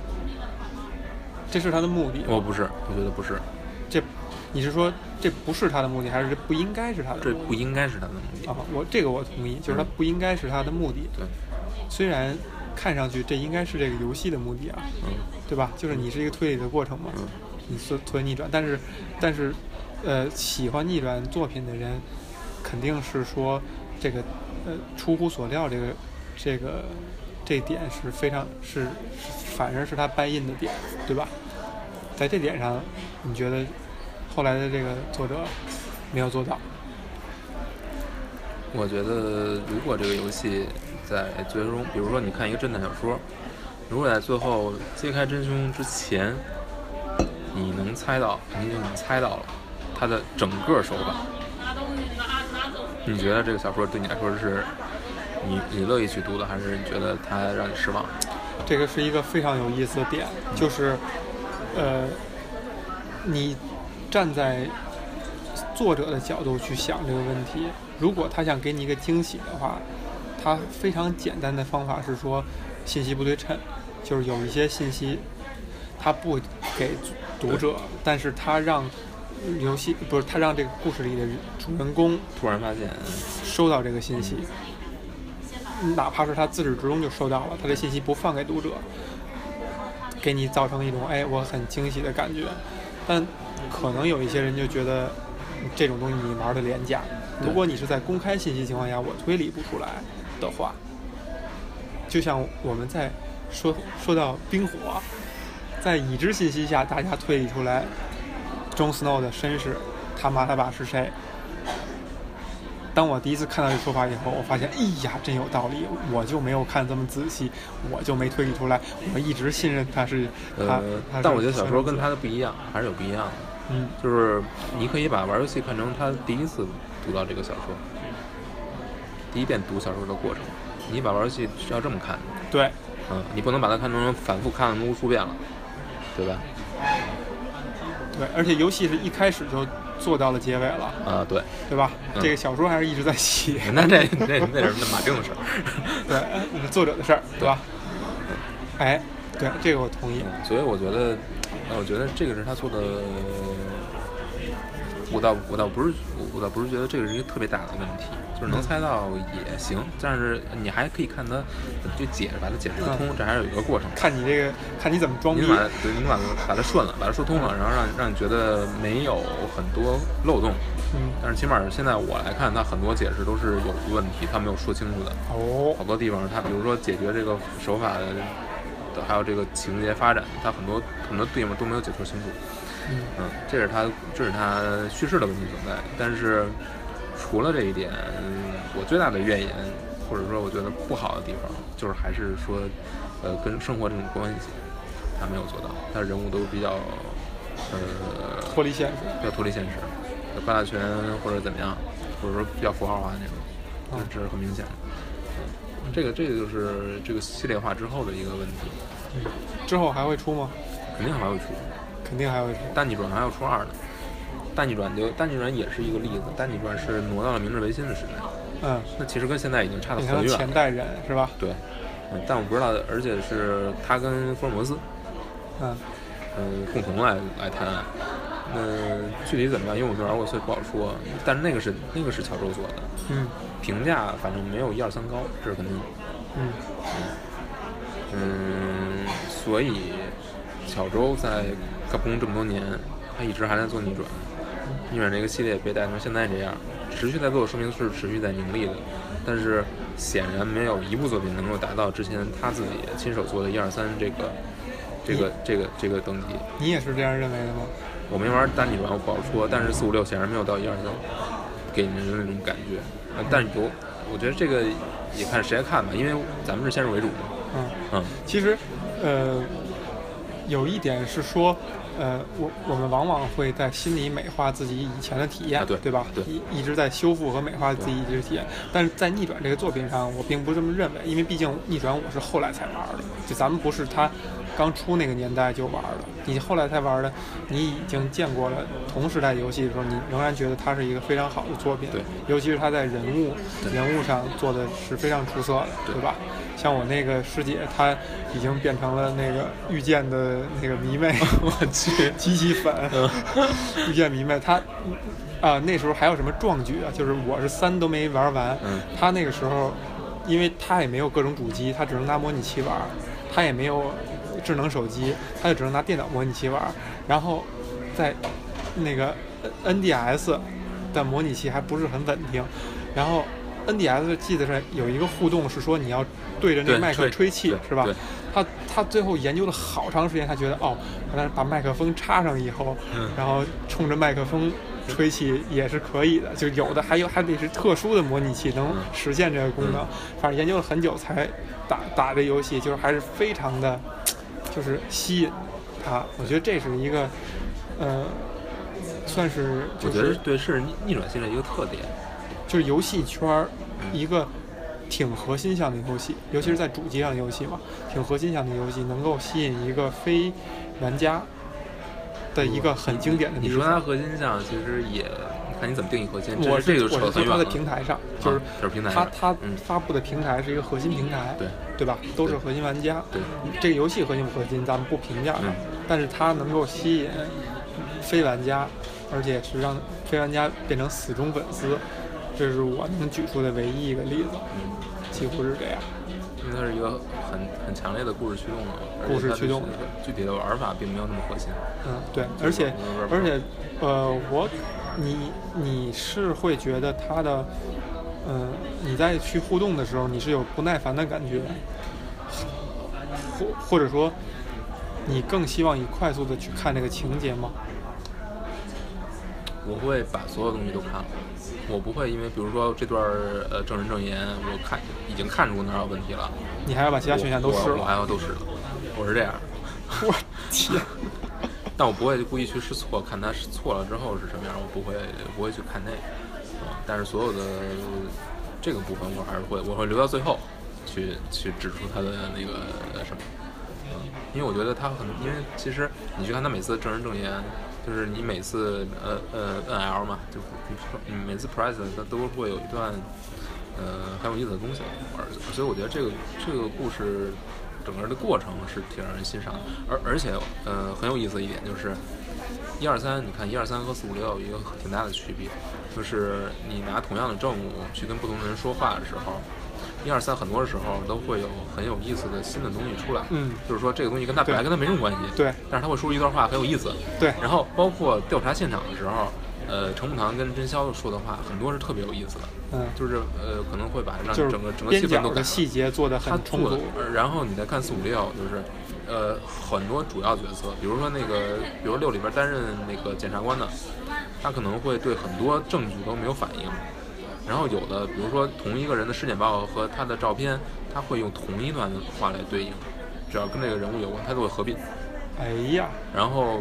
B: 这是他的目的？
A: 我不是，我觉得不是，
B: 这，你是说这不是他的目的，还是这不应该是他的
A: 这
B: 目
A: 不应该是他的目
B: 的？
A: 的。
B: 啊，我这个我同意，就是他
A: 嗯
B: 不应该是他的目的。
A: 对，
B: 虽然看上去这应该是这个游戏的目的啊，
A: 嗯
B: 对吧？就是你是一个推理的过程嘛，
A: 嗯
B: 你做做逆转，但是，但是，呃，喜欢逆转作品的人，肯定是说这个，呃，出乎所料，这个，这个，这点是非常是，反而是他掰印的点，对吧？在这点上，你觉得后来的这个作者没有做到？
A: 我觉得如果这个游戏在最终，比如说你看一个侦探小说，如果在最后揭开真凶之前，你能猜到，你就能猜到了他的整个手法，你觉得这个小说对你来说是你你乐意去读的，还是你觉得它让你失望？
B: 这个是一个非常有意思的点，就是，呃，你站在作者的角度去想这个问题，如果他想给你一个惊喜的话，他非常简单的方法是说信息不对称，就是有一些信息他不给读者，但是他让游戏不是他让这个故事里的主人公
A: 突然发现，
B: 收到这个信息，哪怕是他自始至终就收到了，他的信息不放给读者，给你造成一种哎我很惊喜的感觉，但可能有一些人就觉得嗯这种东西你玩的廉价。
A: 对
B: 如果你是在公开信息情况下我推理不出来的话，就像我们在说说到冰火，在已知信息下大家推理出来 jon Snow 的身世，他妈他爸是谁，当我第一次看到这说法以后，我发现，哎呀，真有道理，我就没有看这么仔细，我就没推理出来，我一直信任他是他。
A: 呃
B: 他，是
A: 但我觉得小说跟
B: 孙
A: 它
B: 子
A: 的不一样，还是有不一样的。
B: 嗯
A: 就是你可以把玩游戏看成他第一次读到这个小说，第一遍读小说的过程。你把玩游戏是要这么看的，
B: 对，
A: 嗯，你不能把它看成反复看无数遍了，对吧？
B: 对，而且游戏是一开始就做到了结尾了，
A: 啊、对，
B: 对吧？
A: 嗯
B: 这个小说还是一直在写，
A: 那这那那是那马丁的事儿。
B: 对，是作者的事儿，对吧？哎，对，这个我同意。
A: 所以我觉得，呃我觉得这个是他做的，我倒我倒不是我倒不是觉得这个是一个特别大的问题，就是能猜到也行，但是你还可以看他怎么去解释，把它解释得通，这还是有一个过程。
B: 看你这个，看你怎么装
A: 您
B: 逼。
A: 把它对，您把它把它顺了，把它说通了，然后让让你觉得没有很多漏洞。
B: 嗯，
A: 但是起码现在我来看，它很多解释都是有问题，他没有说清楚的。
B: 哦
A: 好，多地方，它比如说解决这个手法的，还有这个情节发展，它很多很多地方都没有解说清楚。
B: 嗯
A: 嗯，这是它这是它叙事的问题所在。但是除了这一点，我最大的怨言，或者说我觉得不好的地方，就是还是说，呃，跟生活这种关系，他没有做到，他人物都比较，呃，
B: 脱离现实。
A: 比较脱离现实，八大全或者怎么样，或者说比较符号化那种，这这是很明显的。嗯这个这个就是这个系列化之后的一个问题，
B: 之后还会出吗？
A: 肯定还会出。
B: 肯定还会出。
A: 单逆转还要出二呢，单逆转就单逆转也是一个例子，单逆转是挪到了明治维新的时代，
B: 嗯，
A: 那其实跟现在已经差得
B: 你看
A: 很
B: 他
A: 远
B: 前
A: 了。
B: 代人是吧？
A: 对，嗯，但我不知道，而且是他跟福尔摩斯，
B: 嗯。
A: 嗯，共同来来谈案。那具体怎么样，因为我没玩过，所以不好说。但是那个是那个是乔州做的，
B: 嗯
A: 评价反正没有一二三高，这是肯定的。
B: 嗯
A: 嗯，所以小周在干工这么多年，他一直还在做逆转，逆转这个系列被带成现在这样，持续在做，说明是持续在盈利的。但是显然没有一部作品能够达到之前他自己亲手做的一二三这个这个这个这个等级。，
B: 你也是这样认为的吗？
A: 我没玩单逆转，我不好说，但是四五六显然没有到一二三给人的那种感觉。呃但是有，我觉得这个也看谁来看吧，因为咱们是先入为主嘛。
B: 嗯，
A: 嗯
B: 其实，呃，有一点是说，呃，我我们往往会在心里美化自己以前的体验，
A: 啊对
B: 吧？
A: 对
B: 一一直在修复和美化自己以前的体验。但是在《逆转》这个作品上，我并不这么认为，因为毕竟《逆转》我是后来才玩的，就咱们不是他刚出那个年代就玩的，你后来才玩的，你已经见过了同时代游戏的时候，你仍然觉得它是一个非常好的作品，
A: 对，
B: 尤其是他在人物
A: 对
B: 人物上做的是非常出色的，
A: 对
B: 对吧？像我那个师姐，她已经变成了那个遇见的那个迷妹，
A: 我 去，嗯
B: 极其粉， 遇见迷妹，她啊、那时候还有什么壮举啊？就是我是三都没玩完，
A: 嗯
B: 她那个时候，因为她也没有各种主机，她只能拿模拟器玩，她也没有智能手机，她就只能拿电脑模拟器玩，然后在那个呃 N- NDS 的模拟器还不是很稳定，然后 NDS 记得是有一个互动是说你要对着那
A: 对
B: 个麦克
A: 吹
B: 吹气
A: 对
B: 是吧
A: 对？
B: 他他最后研究了好长时间，他觉得哦，原来把麦克风插上以后，
A: 嗯
B: 然后冲着麦克风吹气也是可以的，就有的还有还得是特殊的模拟器能
A: 嗯
B: 实现这个功能。反正研究了很久才打打这游戏，就是还是非常的，就是吸引他。我觉得这是一个，呃，算是
A: 我
B: 就
A: 觉得
B: 是
A: 对，是逆逆转系列一个特点。
B: 就是游戏圈儿一个挺核心向的游戏，尤其是在主机上的游戏嘛，挺核心向的游戏能够吸引一个非玩家的一个很经典的
A: 你
B: 地
A: 说
B: 方。
A: 它核心项，其实也看你怎么定义核心。
B: 我
A: 这
B: 是
A: 个
B: 我
A: 就扯得
B: 是
A: 很远
B: 说它
A: 了啊
B: 的。平台上，就是
A: 就是平台
B: 它
A: 上
B: 它
A: 嗯
B: 发布的平台是一个核心平台，
A: 对
B: 对吧？都是
A: 对
B: 核心玩家。
A: 对，
B: 这个游戏核心不核心咱们不评价它
A: 嗯，
B: 但是它能够吸引非玩家，而且是让非玩家变成死忠粉丝，这是我能举出的唯一一个例子，
A: 嗯，
B: 几乎是这样。
A: 因为它是一个很很强烈的故事驱动的，而且
B: 故事
A: 它对
B: 驱动
A: 具体的玩法并没有那么核心。
B: 嗯，对，而且
A: 就是
B: 而且，呃，我你你是会觉得它的，嗯、你在去互动的时候，你是有不耐烦的感觉，或或者说，你更希望你快速的去看这个情节吗？
A: 我会把所有东西都看了，我不会因为比如说这段儿呃证人证言，我看已经看出哪儿有问题了，
B: 你还要把其他选项都试
A: 我我我还
B: 了？
A: 要都试了，我是这样。
B: 我 天！
A: 但我不会故意去试错，看他试错了之后是什么样，我不会不会去看那个。啊但是所有的这个部分，我还是会我会留到最后去去指出他的那个呃什么。嗯因为我觉得他很，因为其实你去看他每次证人证言，就是你每次呃呃 NL 嘛，就是你你每次 press 他都会有一段呃很有意思的东西，而所以我觉得这个这个故事整个的过程是挺让人欣赏的，而而且呃很有意思的一点就是一二三，你看一二三和四五六有一个挺大的区别，就是你拿同样的证物去跟不同的人说话的时候。一二三，很多时候都会有很有意思的新的东西出来。
B: 嗯
A: 就是说这个东西跟他
B: 对
A: 本来跟他没什么关系，
B: 对
A: 但是他会说出一段话很有意思，
B: 对
A: 然后包括调查现场的时候，呃，程木堂跟真宵说的话，很多是特别有意思的，
B: 嗯
A: 就是呃，可能会把让
B: 就是
A: 整个整个
B: 边
A: 气氛
B: 角
A: 都改
B: 的
A: 了。
B: 细节做的
A: 他
B: 很充
A: 做
B: 足
A: 的，，呃然后你再看四五六，就是呃很多主要角色，比如说那个，比如六里边担任那个检察官的，他可能会对很多证据都没有反应。然后有的，比如说同一个人的尸检报告和他的照片，他会用同一段话来对应，只要跟这个人物有关，他都会合并。
B: 哎呀，
A: 然后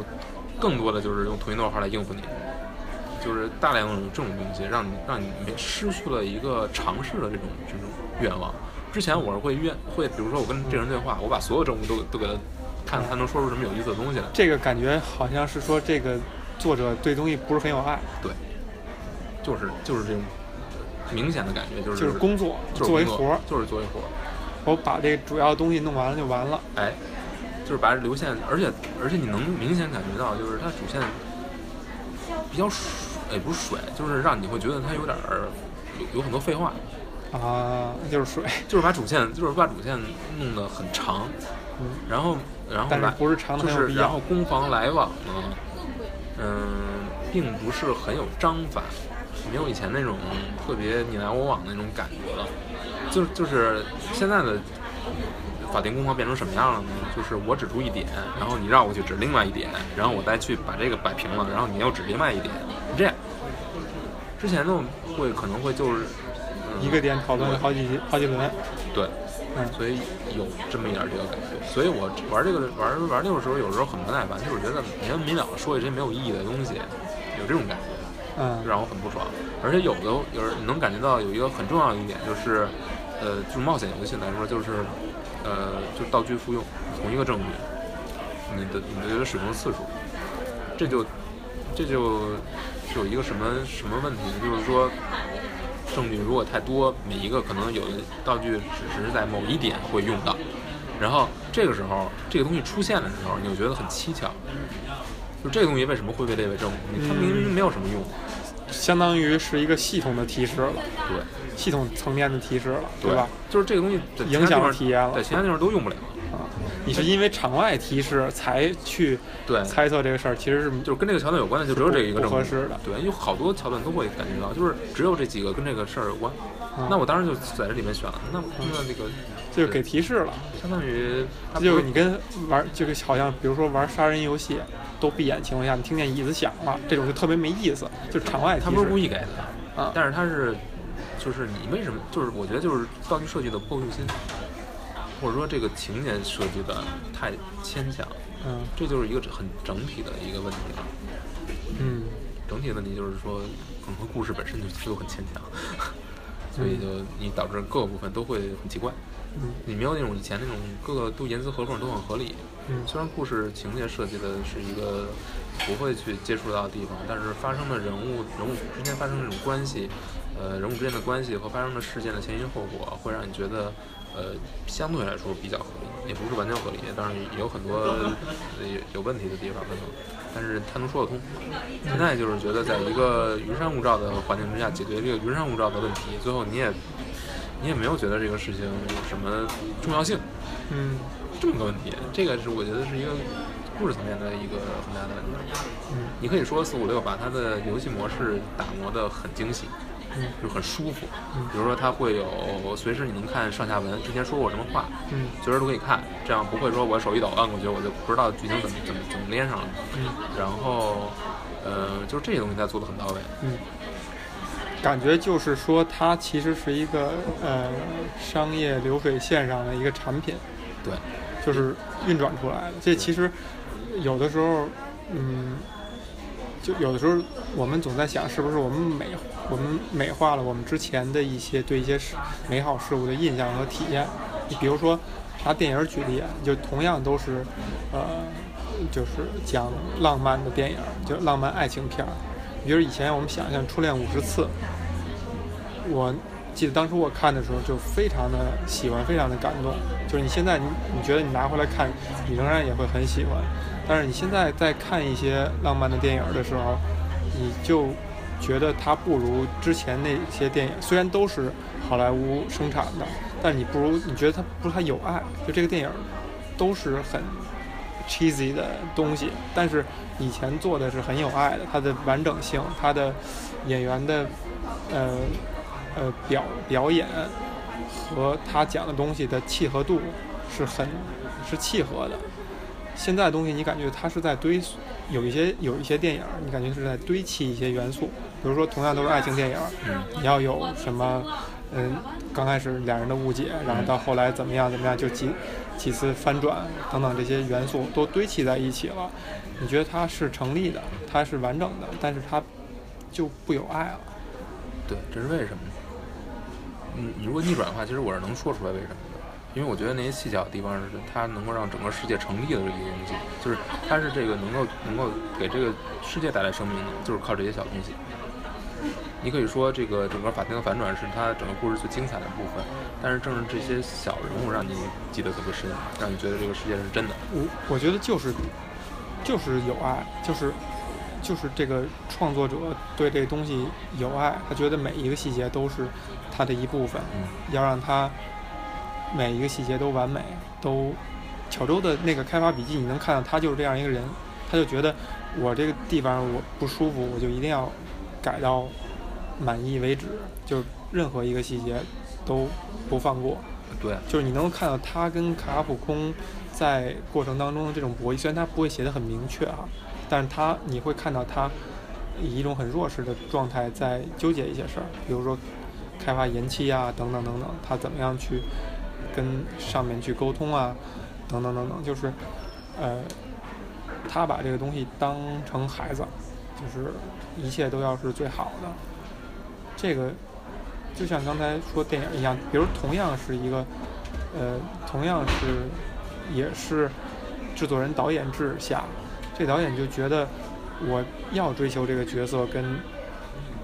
A: 更多的就是用同一段话来应付你，就是大量的这种东西，让你让你没失去了一个尝试的这种这种愿望。之前我是会愿会，比如说我跟这人对话，我把所有证物都都给他看，他能说出什么有意思的东西来。
B: 这个感觉好像是说这个作者对东西不是很有爱，
A: 对，就是就是这种明显的感觉，就是
B: 就是工作
A: 就是
B: 做一
A: 工作
B: 活儿，
A: 就是做一活儿。
B: 我把这个主要的东西弄完了就完了。
A: 哎，就是把这流线，而且而且你能明显感觉到，就是它主线比较水，也不是水，就是让你会觉得它有点儿有有很多废话，
B: 啊，就是水，
A: 就是把主线就是把主线弄得很长，
B: 嗯
A: 然后然后
B: 但是
A: 来
B: 不是长的
A: 就
B: 很有
A: 是
B: 必
A: 然后
B: 要。
A: 攻防来往呢，嗯，并不是很有章法，没有以前那种特别你来我往的那种感觉了。就就是现在的法庭攻防变成什么样了呢？就是我指出一点，然后你绕过去指另外一点，然后我再去把这个摆平了，然后你又指另外一点，这样。之前呢会可能会就是，嗯、
B: 一个点讨论了好几集好几轮。
A: 对，
B: 嗯
A: 所以有这么一点儿这个感觉。所以我玩这个玩玩六的时候，有时候很不耐烦，就是觉得没完没了地说一些没有意义的东西，有这种感觉。
B: 嗯
A: 让我很不爽。而且有的有你能感觉到有一个很重要的一点就是，呃，就是冒险游戏来说，就是呃，就道具复用同一个证据，你的你的使用次数，这就这就有一个什么什么问题呢？就是说。证据如果太多，每一个可能有的道具只是在某一点会用到，然后这个时候这个东西出现的时候，你就觉得很蹊跷，就这个东西为什么会被列为证据？它明明没有什么用，
B: 相当于是一个系统的提示了，
A: 对，
B: 系统层面的提示了，对吧？？
A: 就是这个东西在其他
B: 影响
A: 地方
B: 体验了
A: 在其他地方都用不了。
B: 啊，你是因为场外提示才去
A: 对，
B: 猜测这个事儿，其实是
A: 就是跟这个桥段有关的，就只有这一个
B: 不
A: 证
B: 合
A: 据。
B: 适的。
A: 对，有好多桥段都会感觉到，就是只有这几个跟这个事儿有关。
B: 啊
A: 那我当然就在这里面选了。那那那个
B: 嗯就是给提示了，
A: 相当于它
B: 这就是
A: 不
B: 你跟玩这个好像，比如说玩杀人游戏，都闭眼情况下，你听见椅子响了，这种就特别没意思，就是场外提
A: 他
B: 示。
A: 不是故意给的，
B: 啊
A: 但是他是就是你为什么就是我觉得就是道具设计的不够用心，或者说这个情节设计的太牵强，
B: 嗯
A: 这就是一个很整体的一个问题了。
B: 嗯，
A: 整体的问题就是说，可能故事本身就就很牵强， 所以就你导致各个部分都会很奇怪。
B: 嗯
A: 你没有那种以前那种各个都严丝合缝，都很合理。
B: 嗯
A: 虽然故事情节设计的是一个不会去接触到的地方，但是发生的人物人物之间发生的这种关系，呃，人物之间的关系和发生的事件的前因后果，会让你觉得，呃，相对来说比较合理，也不是完全合理，但是也有很多呃有有问题的地方可能，但是它能说得通。现在就是觉得在一个云山雾罩的环境之下解决这个云山雾罩的问题，最后你也你也没有觉得这个事情有什么重要性。
B: 嗯
A: 这么个问题，这个是我觉得是一个故事层面的一个很大的问题。
B: 嗯
A: 你可以说四五六把它的游戏模式打磨得很精细，
B: 嗯
A: 就是很舒服
B: 嗯。
A: 比如说它会有随时你能看上下文，之前说过什么话，
B: 嗯
A: 随时都可以看，这样不会说我手一抖按过去我就不知道剧情怎么怎么怎么连上了。
B: 嗯
A: 然后，呃，就是这些东西它做得很到位。
B: 嗯，感觉就是说它其实是一个呃商业流水线上的一个产品，
A: 对，
B: 就是运转出来的。这其实有的时候，嗯，就有的时候我们总在想，是不是我们美我们美化了我们之前的一些对一些事美好事物的印象和体验。你比如说拿电影举例啊，就同样都是呃，就是讲浪漫的电影，就浪漫爱情片儿。比如以前我们想象《初恋五十次》，我记得当初我看的时候就非常的喜欢，非常的感动。就是你现在你你觉得你拿回来看，你仍然也会很喜欢。但是你现在在看一些浪漫的电影的时候，你就觉得它不如之前那些电影，虽然都是好莱坞生产的，但你不如你觉得它不太有爱。就这个电影都是很 cheesy 的东西，但是以前做的是很有爱的，它的完整性，它的演员的呃呃表表演和他讲的东西的契合度是很是契合的。现在的东西你感觉它是在堆塑，有一些有一些电影儿，你感觉是在堆砌一些元素，比如说同样都是爱情电影儿，
A: 嗯
B: 你要有什么，嗯，刚开始两人的误解，然后到后来怎么样怎么样，就几几次翻转等等这些元素都堆砌在一起了，你觉得它是成立的，它是完整的，但是它就不有爱了。
A: 对，这是为什么呢？嗯，你如果逆转的话，其实我是能说出来为什么的，因为我觉得那些细小的地方是它能够让整个世界成立的这个东西，就是它是这个能够能够给这个世界带来生命的，就是靠这些小东西。你可以说这个整个法庭的反转是它整个故事最精彩的部分，但是正是这些小人物让你记得特别深，让你觉得这个世界是真的。
B: 我我觉得就是就是有爱，就是就是这个创作者对这个东西有爱，他觉得每一个细节都是他的一部分，
A: 嗯，
B: 要让它每一个细节都完美，都巧周的那个开发笔记，你能看到他就是这样一个人，他就觉得我这个地方我不舒服，我就一定要改到满意为止，就任何一个细节都不放过。
A: 对，
B: 就是你能够看到他跟卡普空在过程当中的这种博弈，虽然他不会写的很明确啊，但是他你会看到他以一种很弱势的状态在纠结一些事儿，比如说开发延期啊，等等等等，他怎么样去跟上面去沟通啊，等等等等，就是呃，他把这个东西当成孩子，就是一切都要是最好的。这个就像刚才说电影一样，比如同样是一个呃，同样是也是制作人导演制下，这导演就觉得我要追求这个角色跟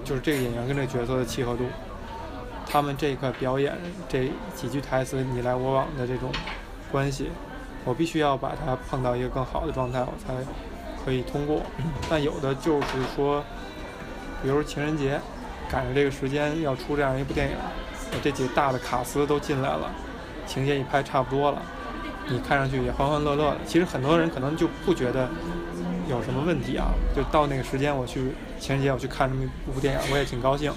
B: 就是这个演员跟这个角色的契合度，他们这个表演这几句台词你来我往的这种关系，我必须要把它碰到一个更好的状态，我才可以通过。但有的就是说，比如情人节赶上这个时间要出这样一部电影，呃这几大的卡司都进来了，情节一拍差不多了，你看上去也欢欢乐乐的。其实很多人可能就不觉得有什么问题啊，就到那个时间我去情人节我去看这么一部电影，我也挺高兴。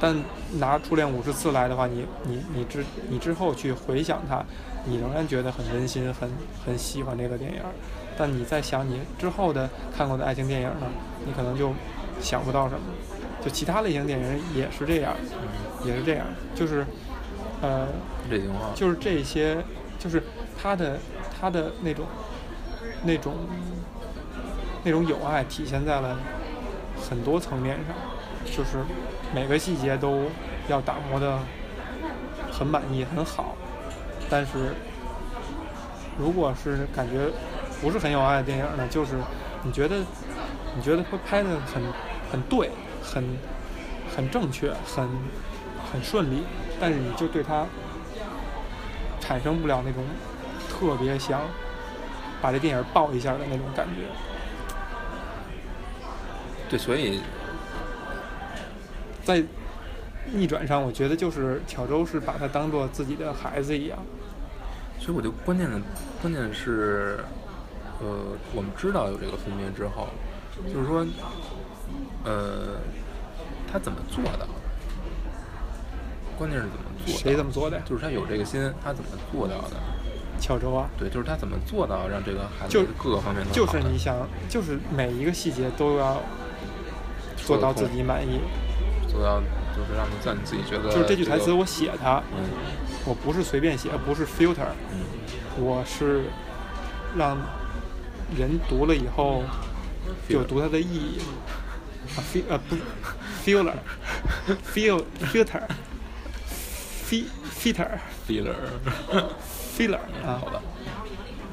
B: 但拿《初恋五十次》来的话，你你你之你之后去回想它，你仍然觉得很温馨，很很喜欢这个电影。但你在想你之后的看过的爱情电影呢，你可能就想不到什么。就其他类型电影也是这样，也是这样，就是呃，
A: 这情况
B: 就是这些，就是他的他的那种那种那种友爱体现在了很多层面上，就是每个细节都要打磨的很满意很好，但是如果是感觉不是很有爱的电影呢，就是你觉得你觉得会拍的很很对，很很正确，很很顺利，但是你就对它产生不了那种特别想把这电影爆一下的那种感觉。
A: 对，所以
B: 在逆转上，我觉得就是巧周是把它当做自己的孩子一样。
A: 所以我就关键的关键是，呃，我们知道有这个分别之后，就是说，呃，他怎么做到的？关键是怎么做到的？
B: 谁怎么做的呀
A: 就是他有这个心，他怎么做到的？
B: 巧周啊，
A: 对，就是他怎么做到让这个孩子
B: 就
A: 各个方面都
B: 就
A: 好
B: 是
A: 的
B: 你想，就是每一个细节都要
A: 说
B: 做
A: 得
B: 到自
A: 通
B: 己满意。
A: 做到，就是让你让你自己觉得、
B: 就是这句台词，我写它，
A: 嗯
B: 我不是随便写，不是 filter，
A: 嗯
B: 我是让人读了以后就
A: Feel
B: 读它的意义。啊，feel 啊不，feeler，feel filter，filter，filter
A: ，feeler，
B: 啊
A: 好，的，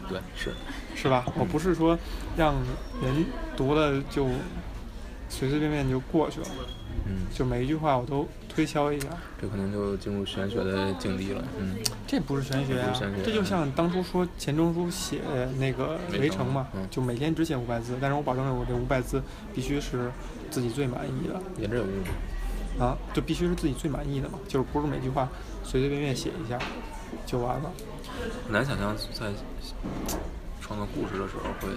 A: 对，是，
B: 是吧？我不是说让人读了就随随便便就过去了，
A: 嗯，
B: 就每一句话我都推敲一下。
A: 这可能就进入玄学的境地了，嗯，
B: 这不是玄学啊
A: 不是玄学，
B: 这就像当初说钱钟书写那个《围城》嘛
A: 围城嗯，
B: 就每天只写五百字，但是我保证了我这五百字必须是自己最满意的
A: 言之有物，
B: 啊，就必须是自己最满意的嘛，就是不是每句话随随便便写一下就完了。
A: 很难想象在创作故事的时候会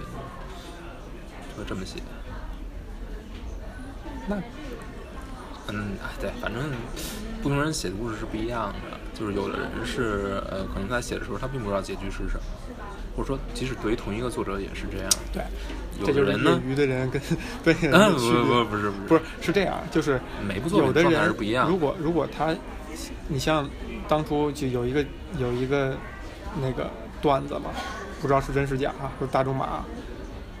A: 会这么写，
B: 那
A: 嗯，哎，对，反正不同人写的故事是不一样的，就是有的人是呃，可能他写的时候他并不知道结局是什么，或者说即使对于同一个作者也是这样，
B: 对，
A: 有
B: 这
A: 的
B: 就是
A: 人呢
B: 业，余的人跟 专业
A: 嗯，
B: 人的
A: 不
B: 区
A: 不
B: 别。
A: 不是不
B: 不
A: 是
B: 是，是这样，就是
A: 每部作
B: 有
A: 品
B: 的
A: 状态是
B: 人
A: 不一样
B: 如，果如果他，你像当初就有一个有一个那个段子嘛，不知道是真是假啊，说大仲马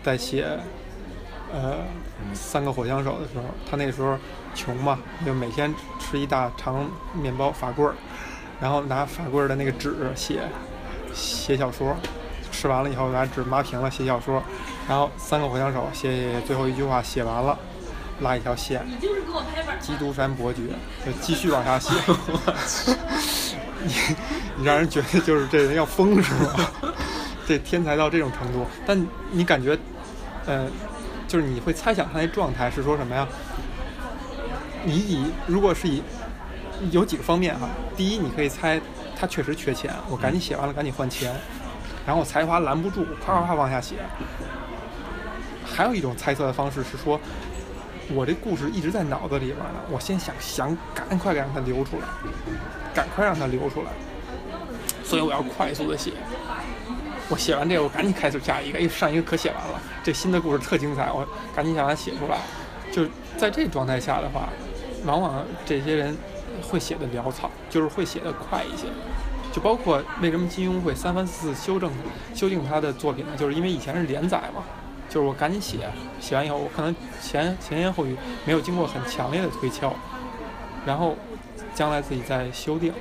B: 在写呃
A: 嗯
B: 三个火枪手的时候，他那时候穷嘛，就每天吃一大长面包法棍儿，然后拿法棍儿的那个纸写写小说，吃完了以后拿纸抹平了写小说，然后三个火枪手写写写最后一句话写完了，拉一条线，基督山伯爵，就继续往下写。 你 你让人觉得就是这人要疯是吗？这天才到这种程度，但你感觉，呃，就是你会猜想他那状态是说什么呀？你以如果是以有几个方面哈、第一，你可以猜他确实缺钱，我赶紧写完了赶紧换钱，然后我才华拦不住，啪啪啪往下写。还有一种猜测的方式是说，我这故事一直在脑子里边呢，我先想想赶快让它流出来，赶快让它流出来，所以我要快速的写。我写完这个，我赶紧开始下一个，哎，上一个可写完了，这新的故事特精彩，我赶紧想把它写出来。就在这状态下的话，往往这些人会写的潦草，就是会写的快一些。就包括为什么金庸会三番四次修正修订他的作品呢？就是因为以前是连载嘛，就是我赶紧写，写完以后我可能前前言后语没有经过很强烈的推敲，然后将来自己再修订，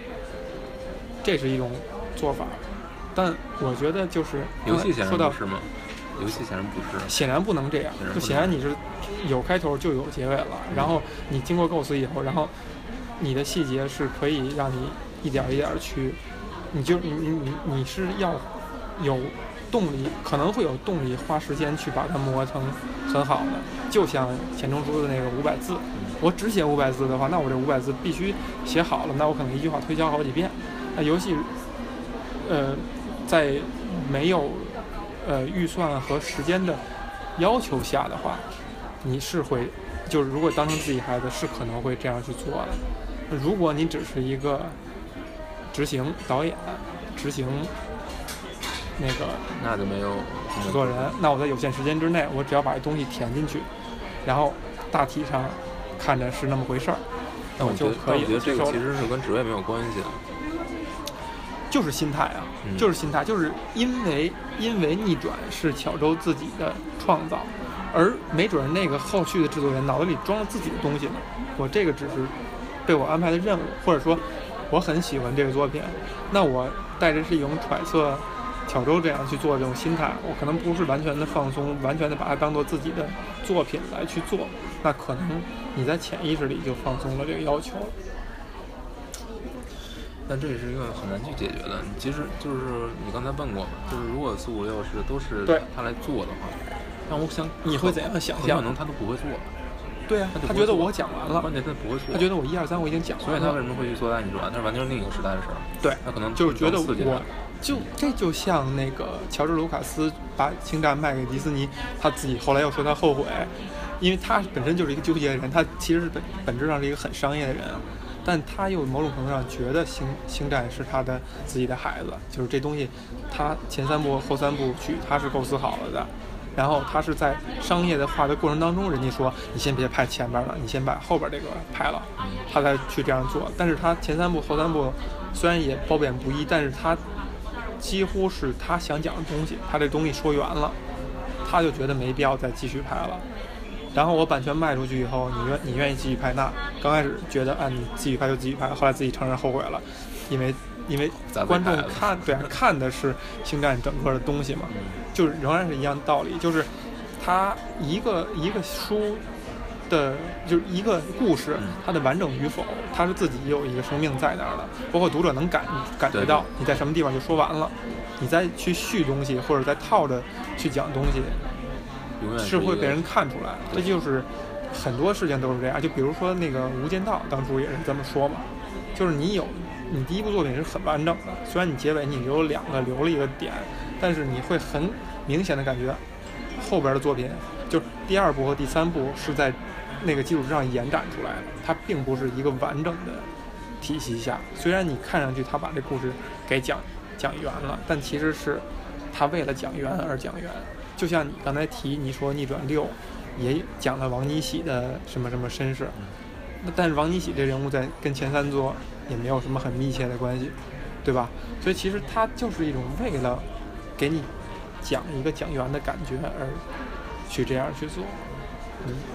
B: 这是一种做法。但我觉得就是
A: 游戏显然
B: 说到
A: 不是吗？游戏显然不是。
B: 显然不能这样
A: 显然，不
B: 就
A: 能嗯
B: 显然你是有开头就有结尾了，然后你经过构思以后，然后你的细节是可以让你一点儿一点儿去，你就你你你你是要有动力，可能会有动力花时间去把它磨成很好的，就像钱钟书的那个五百字，
A: 嗯
B: 我只写五百字的话，那我这五百字必须写好了，那我可能一句话推敲好几遍，那游戏，呃，在没有呃预算和时间的要求下的话，你是会，就是如果当成自己孩子，是可能会这样去做的。如果你只是一个执行导演、执行那个
A: 那就没有
B: 制作人，那我在有限时间之内，我只要把这东西填进去，然后大体上看着是那么回事儿，那
A: 但我觉
B: 就
A: 得，
B: 可
A: 但
B: 以
A: 我觉得
B: 接
A: 这个
B: 受
A: 其
B: 了。
A: 实是跟职位没有关系的。
B: 就是心态啊，
A: 嗯
B: 就是心态，就是因为因为逆转是巧周自己的创造，而没准儿那个后续的制作人脑子里装了自己的东西呢。我这个只是被我安排的任务，或者说我很喜欢这个作品，那我带着是一种揣测。巧周这样去做这种心态，我可能不是完全的放松，完全的把它当做自己的作品来去做，那可能你在潜意识里就放松了这个要求。
A: 但这也是一个很难去解决的。你其实就是你刚才问过嘛，就是如果四五六是都是
B: 对
A: 他来做的话，但我想
B: 你会怎样想
A: 很
B: 象
A: 可能他都不会做，
B: 对啊，
A: 就
B: 他
A: 不
B: 觉
A: 会
B: 得
A: 做
B: 我讲完了，
A: 关键他不会做，
B: 他觉得我一二三我已经讲完
A: 所
B: 了，
A: 以他为什么会去做大逆转？他是完全是另一个时代的事儿，
B: 对，
A: 他可能
B: 就是觉得
A: 更刺激他
B: 我就这就像那个乔治卢卡斯把星战卖给迪士尼，他自己后来又说他后悔，因为他本身就是一个纠结的人，他其实是本本质上是一个很商业的人，但他又某种程度上觉得星星战是他的自己的孩子，就是这东西，他前三部后三部曲他是构思好了的。然后他是在商业的化的过程当中，人家说你先别拍前边了，你先把后边这个拍了，他才去这样做。但是他前三部后三部虽然也褒贬不一，但是他几乎是他想讲的东西，他这东西说圆了，他就觉得没必要再继续拍了。然后我版权卖出去以后，你愿你愿意继续拍，那刚开始觉得啊，你继续拍就继续拍，后来自己承认后悔了，因为因为
A: 咱们
B: 观众
A: 拍了
B: 看对、啊、看的是星战整个的东西嘛，
A: 嗯
B: 就是仍然是一样道理，就是它一个一个书的，就是一个故事
A: 嗯，
B: 它的完整与否，它是自己有一个生命在那儿的，包括读者能感感觉
A: 对
B: 到你在什么地方就说完了，你再去续东西或者再套着去讲东西，
A: 永远
B: 是
A: 一个
B: 会被人看出来。这
A: 对
B: 就是很多事情都是这样，就比如说那个《无间道》，当初也是这么说嘛，就是你有你第一部作品是很完整的，虽然你结尾你留了两个留了一个点，但是你会很明显的感觉后边的作品就是第二部和第三部是在那个基础之上延展出来的，它并不是一个完整的体系下。虽然你看上去他把这故事给讲讲圆了，但其实是他为了讲圆而讲圆。就像你刚才提，你说《逆转六》也讲了王尼喜的什么什么身世，那但是王尼喜这人物在跟前三座也没有什么很密切的关系，对吧？所以其实他就是一种为了给你讲一个讲圆的感觉而去这样去做，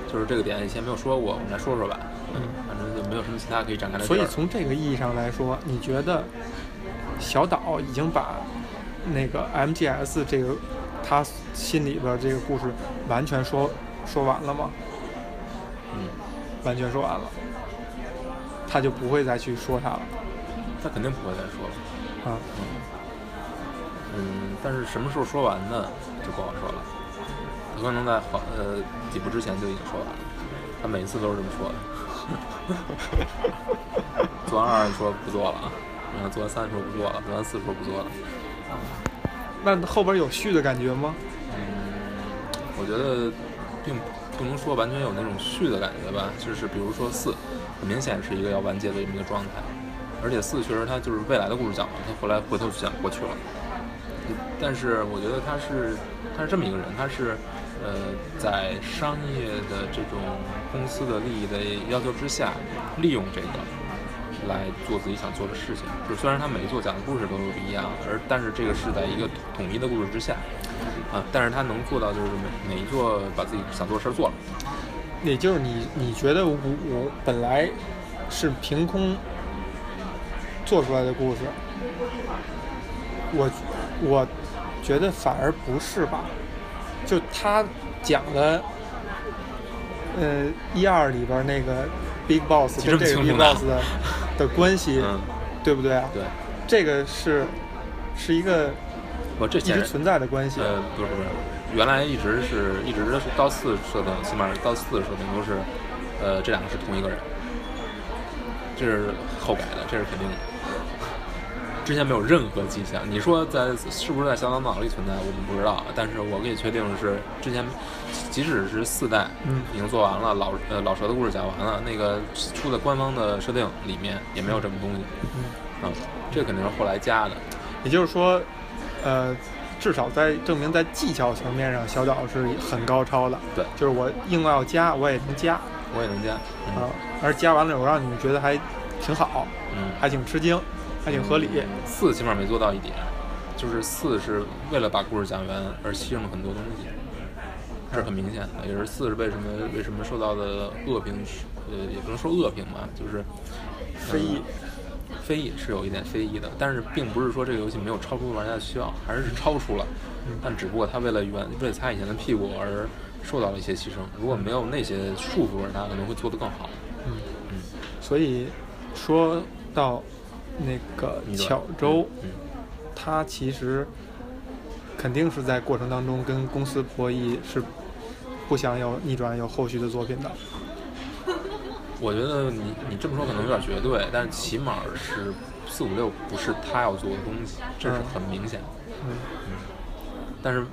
A: 就是这个点以前没有说过，我们来说说吧。
B: 嗯。
A: 反正就没有什么其他可以展开的地
B: 所
A: 儿。
B: 以从这个意义上来说，你觉得小岛已经把那个 MGS 这个他心里边这个故事完全说说完了吗？
A: 嗯，
B: 完全说完了，他就不会再去说他了
A: 他肯定不会再说了。
B: 啊。
A: 嗯，但是什么时候说完呢，就不好说了。他可能在好呃几步之前就已经说完了，他每次都是这么说的。 做完二说不做了啊，然后做完三说不做了，做完四说不做了。
B: 那后边有续的感觉吗？
A: 嗯我觉得并不能说完全有那种续的感觉吧，就是比如说四，很明显是一个要完结的这么一个状态，而且四确实它就是未来的故事讲完，他后来回头去讲过去了，但是我觉得他是他是这么一个人，他是呃，在商业的这种公司的利益的要求之下，利用这个来做自己想做的事情。就虽然他每一座讲的故事都不一样，而但是这个是在一个统一的故事之下，
B: 嗯
A: 啊，但是他能做到就是每每一座把自己想做的事儿做了。
B: 也就是你你觉得我我本来是凭空做出来的故事，我我觉得反而不是吧？就他讲的，呃，一二里边那个 Big Boss
A: 记这么
B: 跟这
A: 清
B: 个 Big
A: 楚呢
B: Boss 的的关系，
A: 嗯，
B: 对不对啊？
A: 对，
B: 这个是是一个
A: 我这
B: 一
A: 显
B: 直
A: 然
B: 存在的关系。
A: 呃，不是不是，原来一直是一直是到四设定，起码是到四设定都是，呃，这两个是同一个人，这是后改的，这是肯定的。之前没有任何迹象，你说在是不是在小岛脑里存在，我们不知道。但是我可以确定的是，之前即使是四代
B: 嗯
A: 已经做完了，老呃老蛇的故事讲完了，那个出的官方的设定里面也没有这么东西。
B: 嗯
A: 啊，这肯定是后来加的。
B: 也就是说，呃，至少在证明在技巧层面上，小岛是很高超的。
A: 对
B: 就是我硬要加，我也能加啊、
A: 我也能加。嗯
B: 而加完了以后，让你们觉得还挺好，
A: 嗯，
B: 还挺吃惊，还挺合理。
A: 四起码没做到一点，就是四是为了把故事讲完而牺牲了很多东西，这是很明显的。也是四是为什么为什么受到的恶评是，呃，也不能说恶评吧，就是
B: 非议，
A: 非议是有一点非议的，但是并不是说这个游戏没有超出玩家的需要，还是超出了，
B: 嗯
A: 但只不过他为了圆为了擦以前的屁股而受到了一些牺牲。如果没有那些束缚，玩家可能会做得更好。
B: 嗯
A: 嗯，
B: 所以说到那个
A: 逆转
B: 巧周，
A: 嗯
B: 他其实肯定是在过程当中跟公司博弈，是不想有逆转有后续的作品的。
A: 我觉得你你这么说可能有点绝对，但是起码是四五六不是他要做的东西，这是很明显的。
B: 嗯，
A: 但是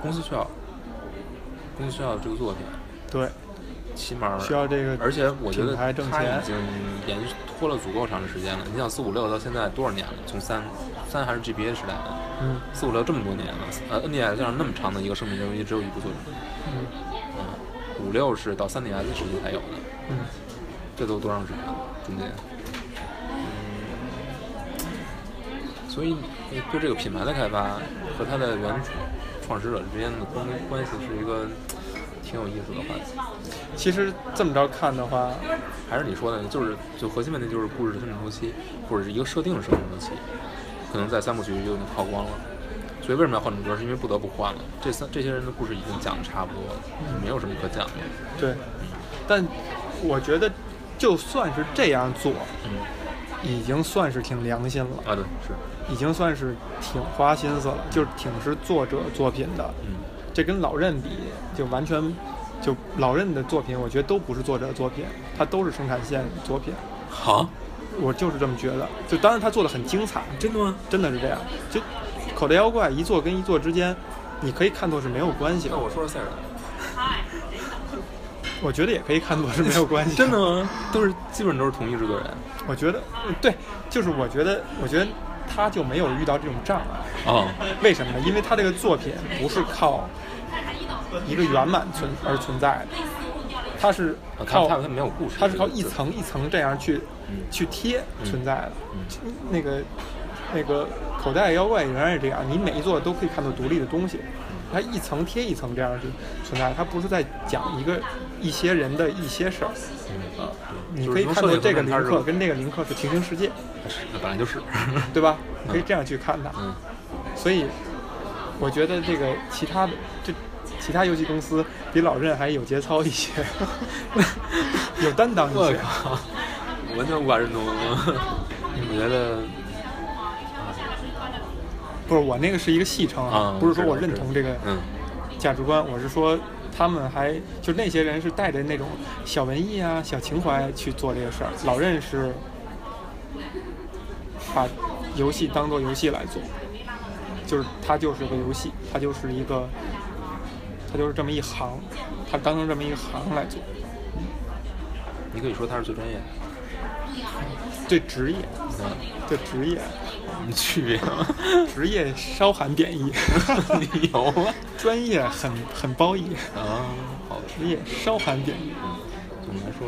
A: 公司需要，公司需要这个作品，
B: 对，
A: 起码
B: 需要这个
A: 而且我觉得
B: 品
A: 他
B: 牌
A: 已经
B: 挣钱
A: 延续拖了足够长的时间了。你想四五六到现在多少年了？从三三还是 GBA 时代的，
B: 嗯
A: 四五六这么多年了，呃，NDS 上那么长的一个生命周期只有一部作品，
B: 嗯
A: 嗯，五六是到三 DS 时期才有的，
B: 嗯，
A: 这都多长时间了？中间，嗯，所以你对这个品牌的开发和它的原创始者之间的关关系是一个挺有意思的话题。
B: 其实这么着看的话，
A: 还是你说的，就是就核心问题就是故事的生命周期，或者是一个设定的生命周期，可能在三部曲就已经耗光了。所以为什么要换主角？是因为不得不换了。这三这些人的故事已经讲的差不多了，没有什么可讲的。
B: 对，但我觉得就算是这样做，
A: 嗯，
B: 已经算是挺良心了，
A: 啊对，是，
B: 已经算是挺花心思了，就是挺是作者作品的。
A: 嗯
B: 这跟老任比，就完全就老任的作品，我觉得都不是作者作品，他都是生产线作品，
A: 好，
B: 我就是这么觉得。就当然他做的很精彩，
A: 真的吗？
B: 真的是这样。就口袋妖怪一座跟一座之间，你可以看作是没有关系的
A: 那，我说说塞尔达。
B: 我觉得也可以看作是没有 关系。
A: 真的吗？都是基本都是同一制作人
B: 我觉得，呃对，就是我觉得，我觉得他就没有遇到这种障碍。
A: 哦，
B: 为什么呢？因为他这个作品不是靠一个圆满存而存在的，它是
A: 他
B: 靠
A: 他他没有故事，
B: 它是靠一层一层这样去
A: 嗯
B: 去贴存在的
A: 嗯。
B: 那个那个口袋妖怪仍然是这样，你每一座都可以看到独立的东西，它一层贴一层这样去存在，它不是在讲一个一些人的一些事儿。
A: 啊，
B: 你可以看到这个林克跟这个林克是平行世界，
A: 本来就是，
B: 对吧？你可以这样去看它。
A: 嗯
B: 所以我觉得这个其他的这其他游戏公司比老任还有节操 一些，有担当一
A: 我
B: 些。
A: 靠，完全无法认同，我觉得
B: 不是我那个是一个戏称
A: 啊
B: 啊，，不是说我认同这个
A: 嗯
B: 价值观，我是说他们还就那些人是带着那种小文艺啊、小情怀去做这个事儿。老任是把游戏当做游戏来做，就是它就是个游戏，它就是一个，它就是这么一行，它当成这么一个行来做。
A: 你可以说他是最专业，
B: 对职业，对职业，
A: 什么区别？
B: 职业稍含贬义，
A: 你有吗？
B: 专业很很褒义，
A: 啊，好的。
B: 职业稍含贬义。
A: 总的来说，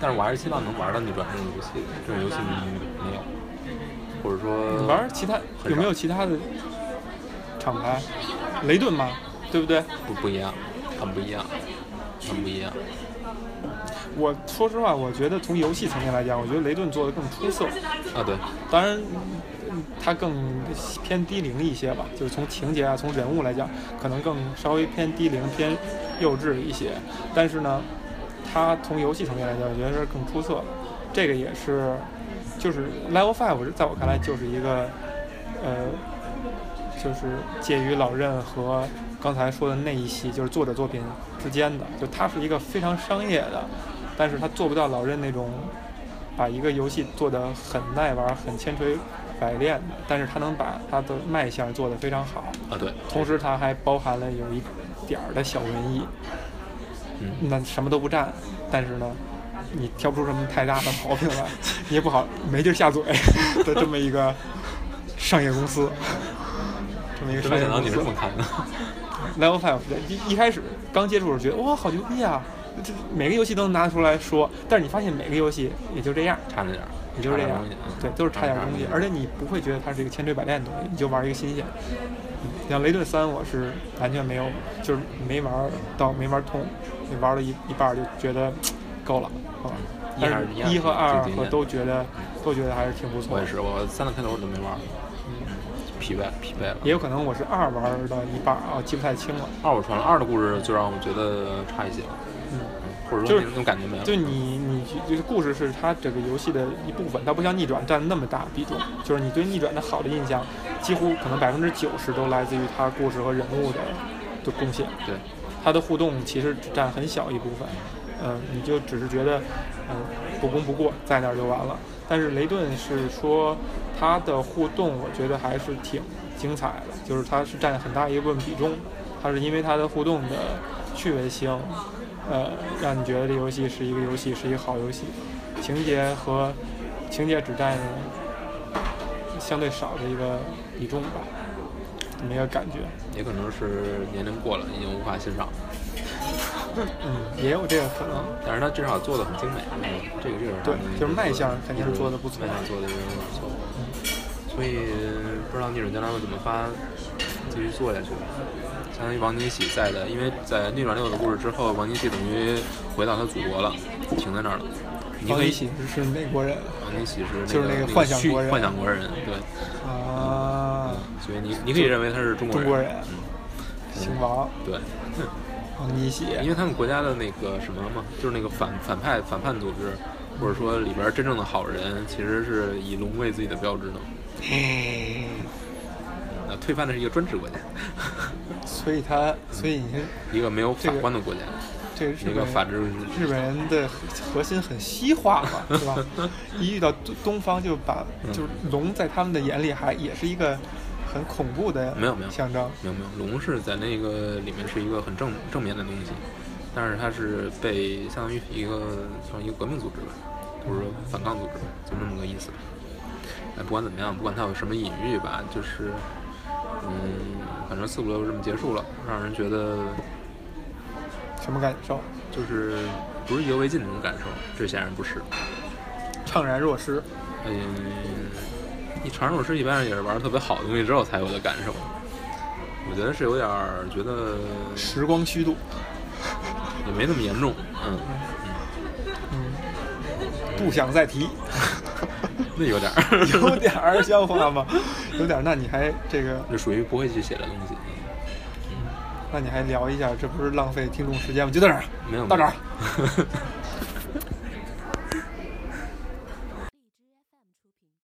A: 但是我还是希望能玩到逆转这种游戏，这种游戏没有，或者说
B: 你玩其他
A: 很少
B: 有没有其他的厂牌？雷顿嘛，对不对？
A: 不不一样，很不一样，很不一样。
B: 我说实话，我觉得从游戏层面来讲，我觉得雷顿做的更出色。
A: 啊，对，
B: 当然，嗯它更偏低龄一些吧，就是从情节啊，从人物来讲，可能更稍微偏低龄、偏幼稚一些。但是呢，它从游戏层面来讲，我觉得是更出色的。这个也是，就是 Level Five，在我看来就是一个，呃，就是介于老任和刚才说的那一系，就是作者作品之间的，就它是一个非常商业的，但是它做不到老任那种把一个游戏做得很耐玩、很千锤百炼的，但是它能把它的卖相做得非常好，
A: 啊对，
B: 同时它还包含了有一点儿的小文艺，
A: 嗯，
B: 那什么都不占，但是呢，你挑不出什么太大的毛病 来，你也不好没地儿下嘴的这么一个商业 公司，这么一个
A: 真
B: 商
A: 没
B: 业
A: 想到
B: 公
A: 你是
B: 司
A: 这。么看的。
B: Level Five 一一开始刚接触的时候觉得哇好牛逼啊，这每个游戏都能拿出来说，但是你发现每个游戏也就这样，
A: 差着点儿，
B: 也就是这样
A: 差点东西，
B: 对，都是差点东西，而且你不会觉得它是一个千锤百炼的东西，你就玩一个新鲜。嗯像雷顿三，我是完全没有，就是没玩到没玩通，你玩了一一半儿就觉得够了，够了。
A: 一
B: 但
A: 还
B: 是
A: 嗯是一样
B: 一和
A: 挺
B: 二
A: 挺
B: 和
A: 经典嗯
B: 都觉得都觉得还是挺不错
A: 我也
B: 的。嗯
A: 是，我三的开头我都没玩儿，疲惫疲惫了。
B: 也有可能我是二玩到一半儿啊，记不太清了。
A: 二我传了，二的故事就让我觉得差一些了，
B: 嗯。
A: 或者
B: 就
A: 说
B: 是
A: 那种感觉没有。
B: 就你你就是故事是它整个游戏的一部分，它不像逆转占那么大比重。就是你对逆转的好的印象，几乎可能百分之九十都来自于它故事和人物的的贡献。
A: 对，
B: 它的互动其实只占很小一部分，嗯，你就只是觉得，嗯，不攻不过，在那儿就完了。但是雷顿是说他的互动，我觉得还是挺精彩的，就是它是占很大一部分比重的。它是因为它的互动的趣味性，呃，让你觉得这游戏是一个游戏，是一个好游戏。情节和情节只占相对少的一个比重吧，这么一个感觉。
A: 也可能是年龄过了，已经无法欣赏了。
B: 嗯，也有这个可能。
A: 但是它至少做的很精美，嗯这个这个是
B: 对
A: 它能
B: 就是卖
A: 做
B: 相
A: 得
B: 肯定是做得不错嗯
A: 卖相做的真是不错。所以不知道逆转将来会怎么发，继续做下去。相当于王金喜在的，因为在逆转六的故事之后，王金喜等于回到他祖国了，停在那儿了。你
B: 王
A: 可以
B: 一喜是美国人
A: 王金喜是
B: 就是那
A: 那
B: 个
A: 个
B: 幻想
A: 虚
B: 国人
A: 幻想国人，对，
B: 啊，
A: 所以你你可以认为他是中国
B: 中
A: 人，
B: 国人
A: 嗯
B: 姓王，
A: 对，
B: 王一喜。
A: 因为他们国家的那个什么嘛，就是那个反反派反叛组织，或者说里边真正的好人，其实是以龙为自己的标志的。
B: 嗯，
A: 呃，推翻的是一个专制国家，
B: 所以他，所以你看，
A: 一个没有法官的国家，
B: 这个日
A: 一
B: 本
A: 个法
B: 人
A: 治
B: 日本人的核心很西化嘛，对吧？一遇到东东方就把
A: 嗯
B: 就是龙在他们的眼里还也是一个很恐怖的
A: 没有没有
B: 象征。
A: 没有没有，龙是在那个里面是一个很正正面的东西，但是它是被相当于一个算一个革命组织吧，或者说反抗组织，就那么个意思吧。哎，不管怎么样，不管它有什么隐喻吧，就是，嗯，反正四五六就这么结束了，让人觉得
B: 什么感受？
A: 就是不是意犹未尽那种感受，这显然不是。
B: 怅然若失。
A: 嗯，你尝这种吃一般也是玩儿特别好的东西之后才有的感受。我觉得是有点儿觉得
B: 时光虚度，
A: 也没那么严重，嗯，
B: 嗯，不想再提，
A: 那有点儿，
B: 有点儿像话吗？有点儿，那你还这个
A: 这属于不会去写的东西。
B: 那你还聊一下，这不是浪费听众时间吗？就到这儿，
A: 没有
B: 到这儿，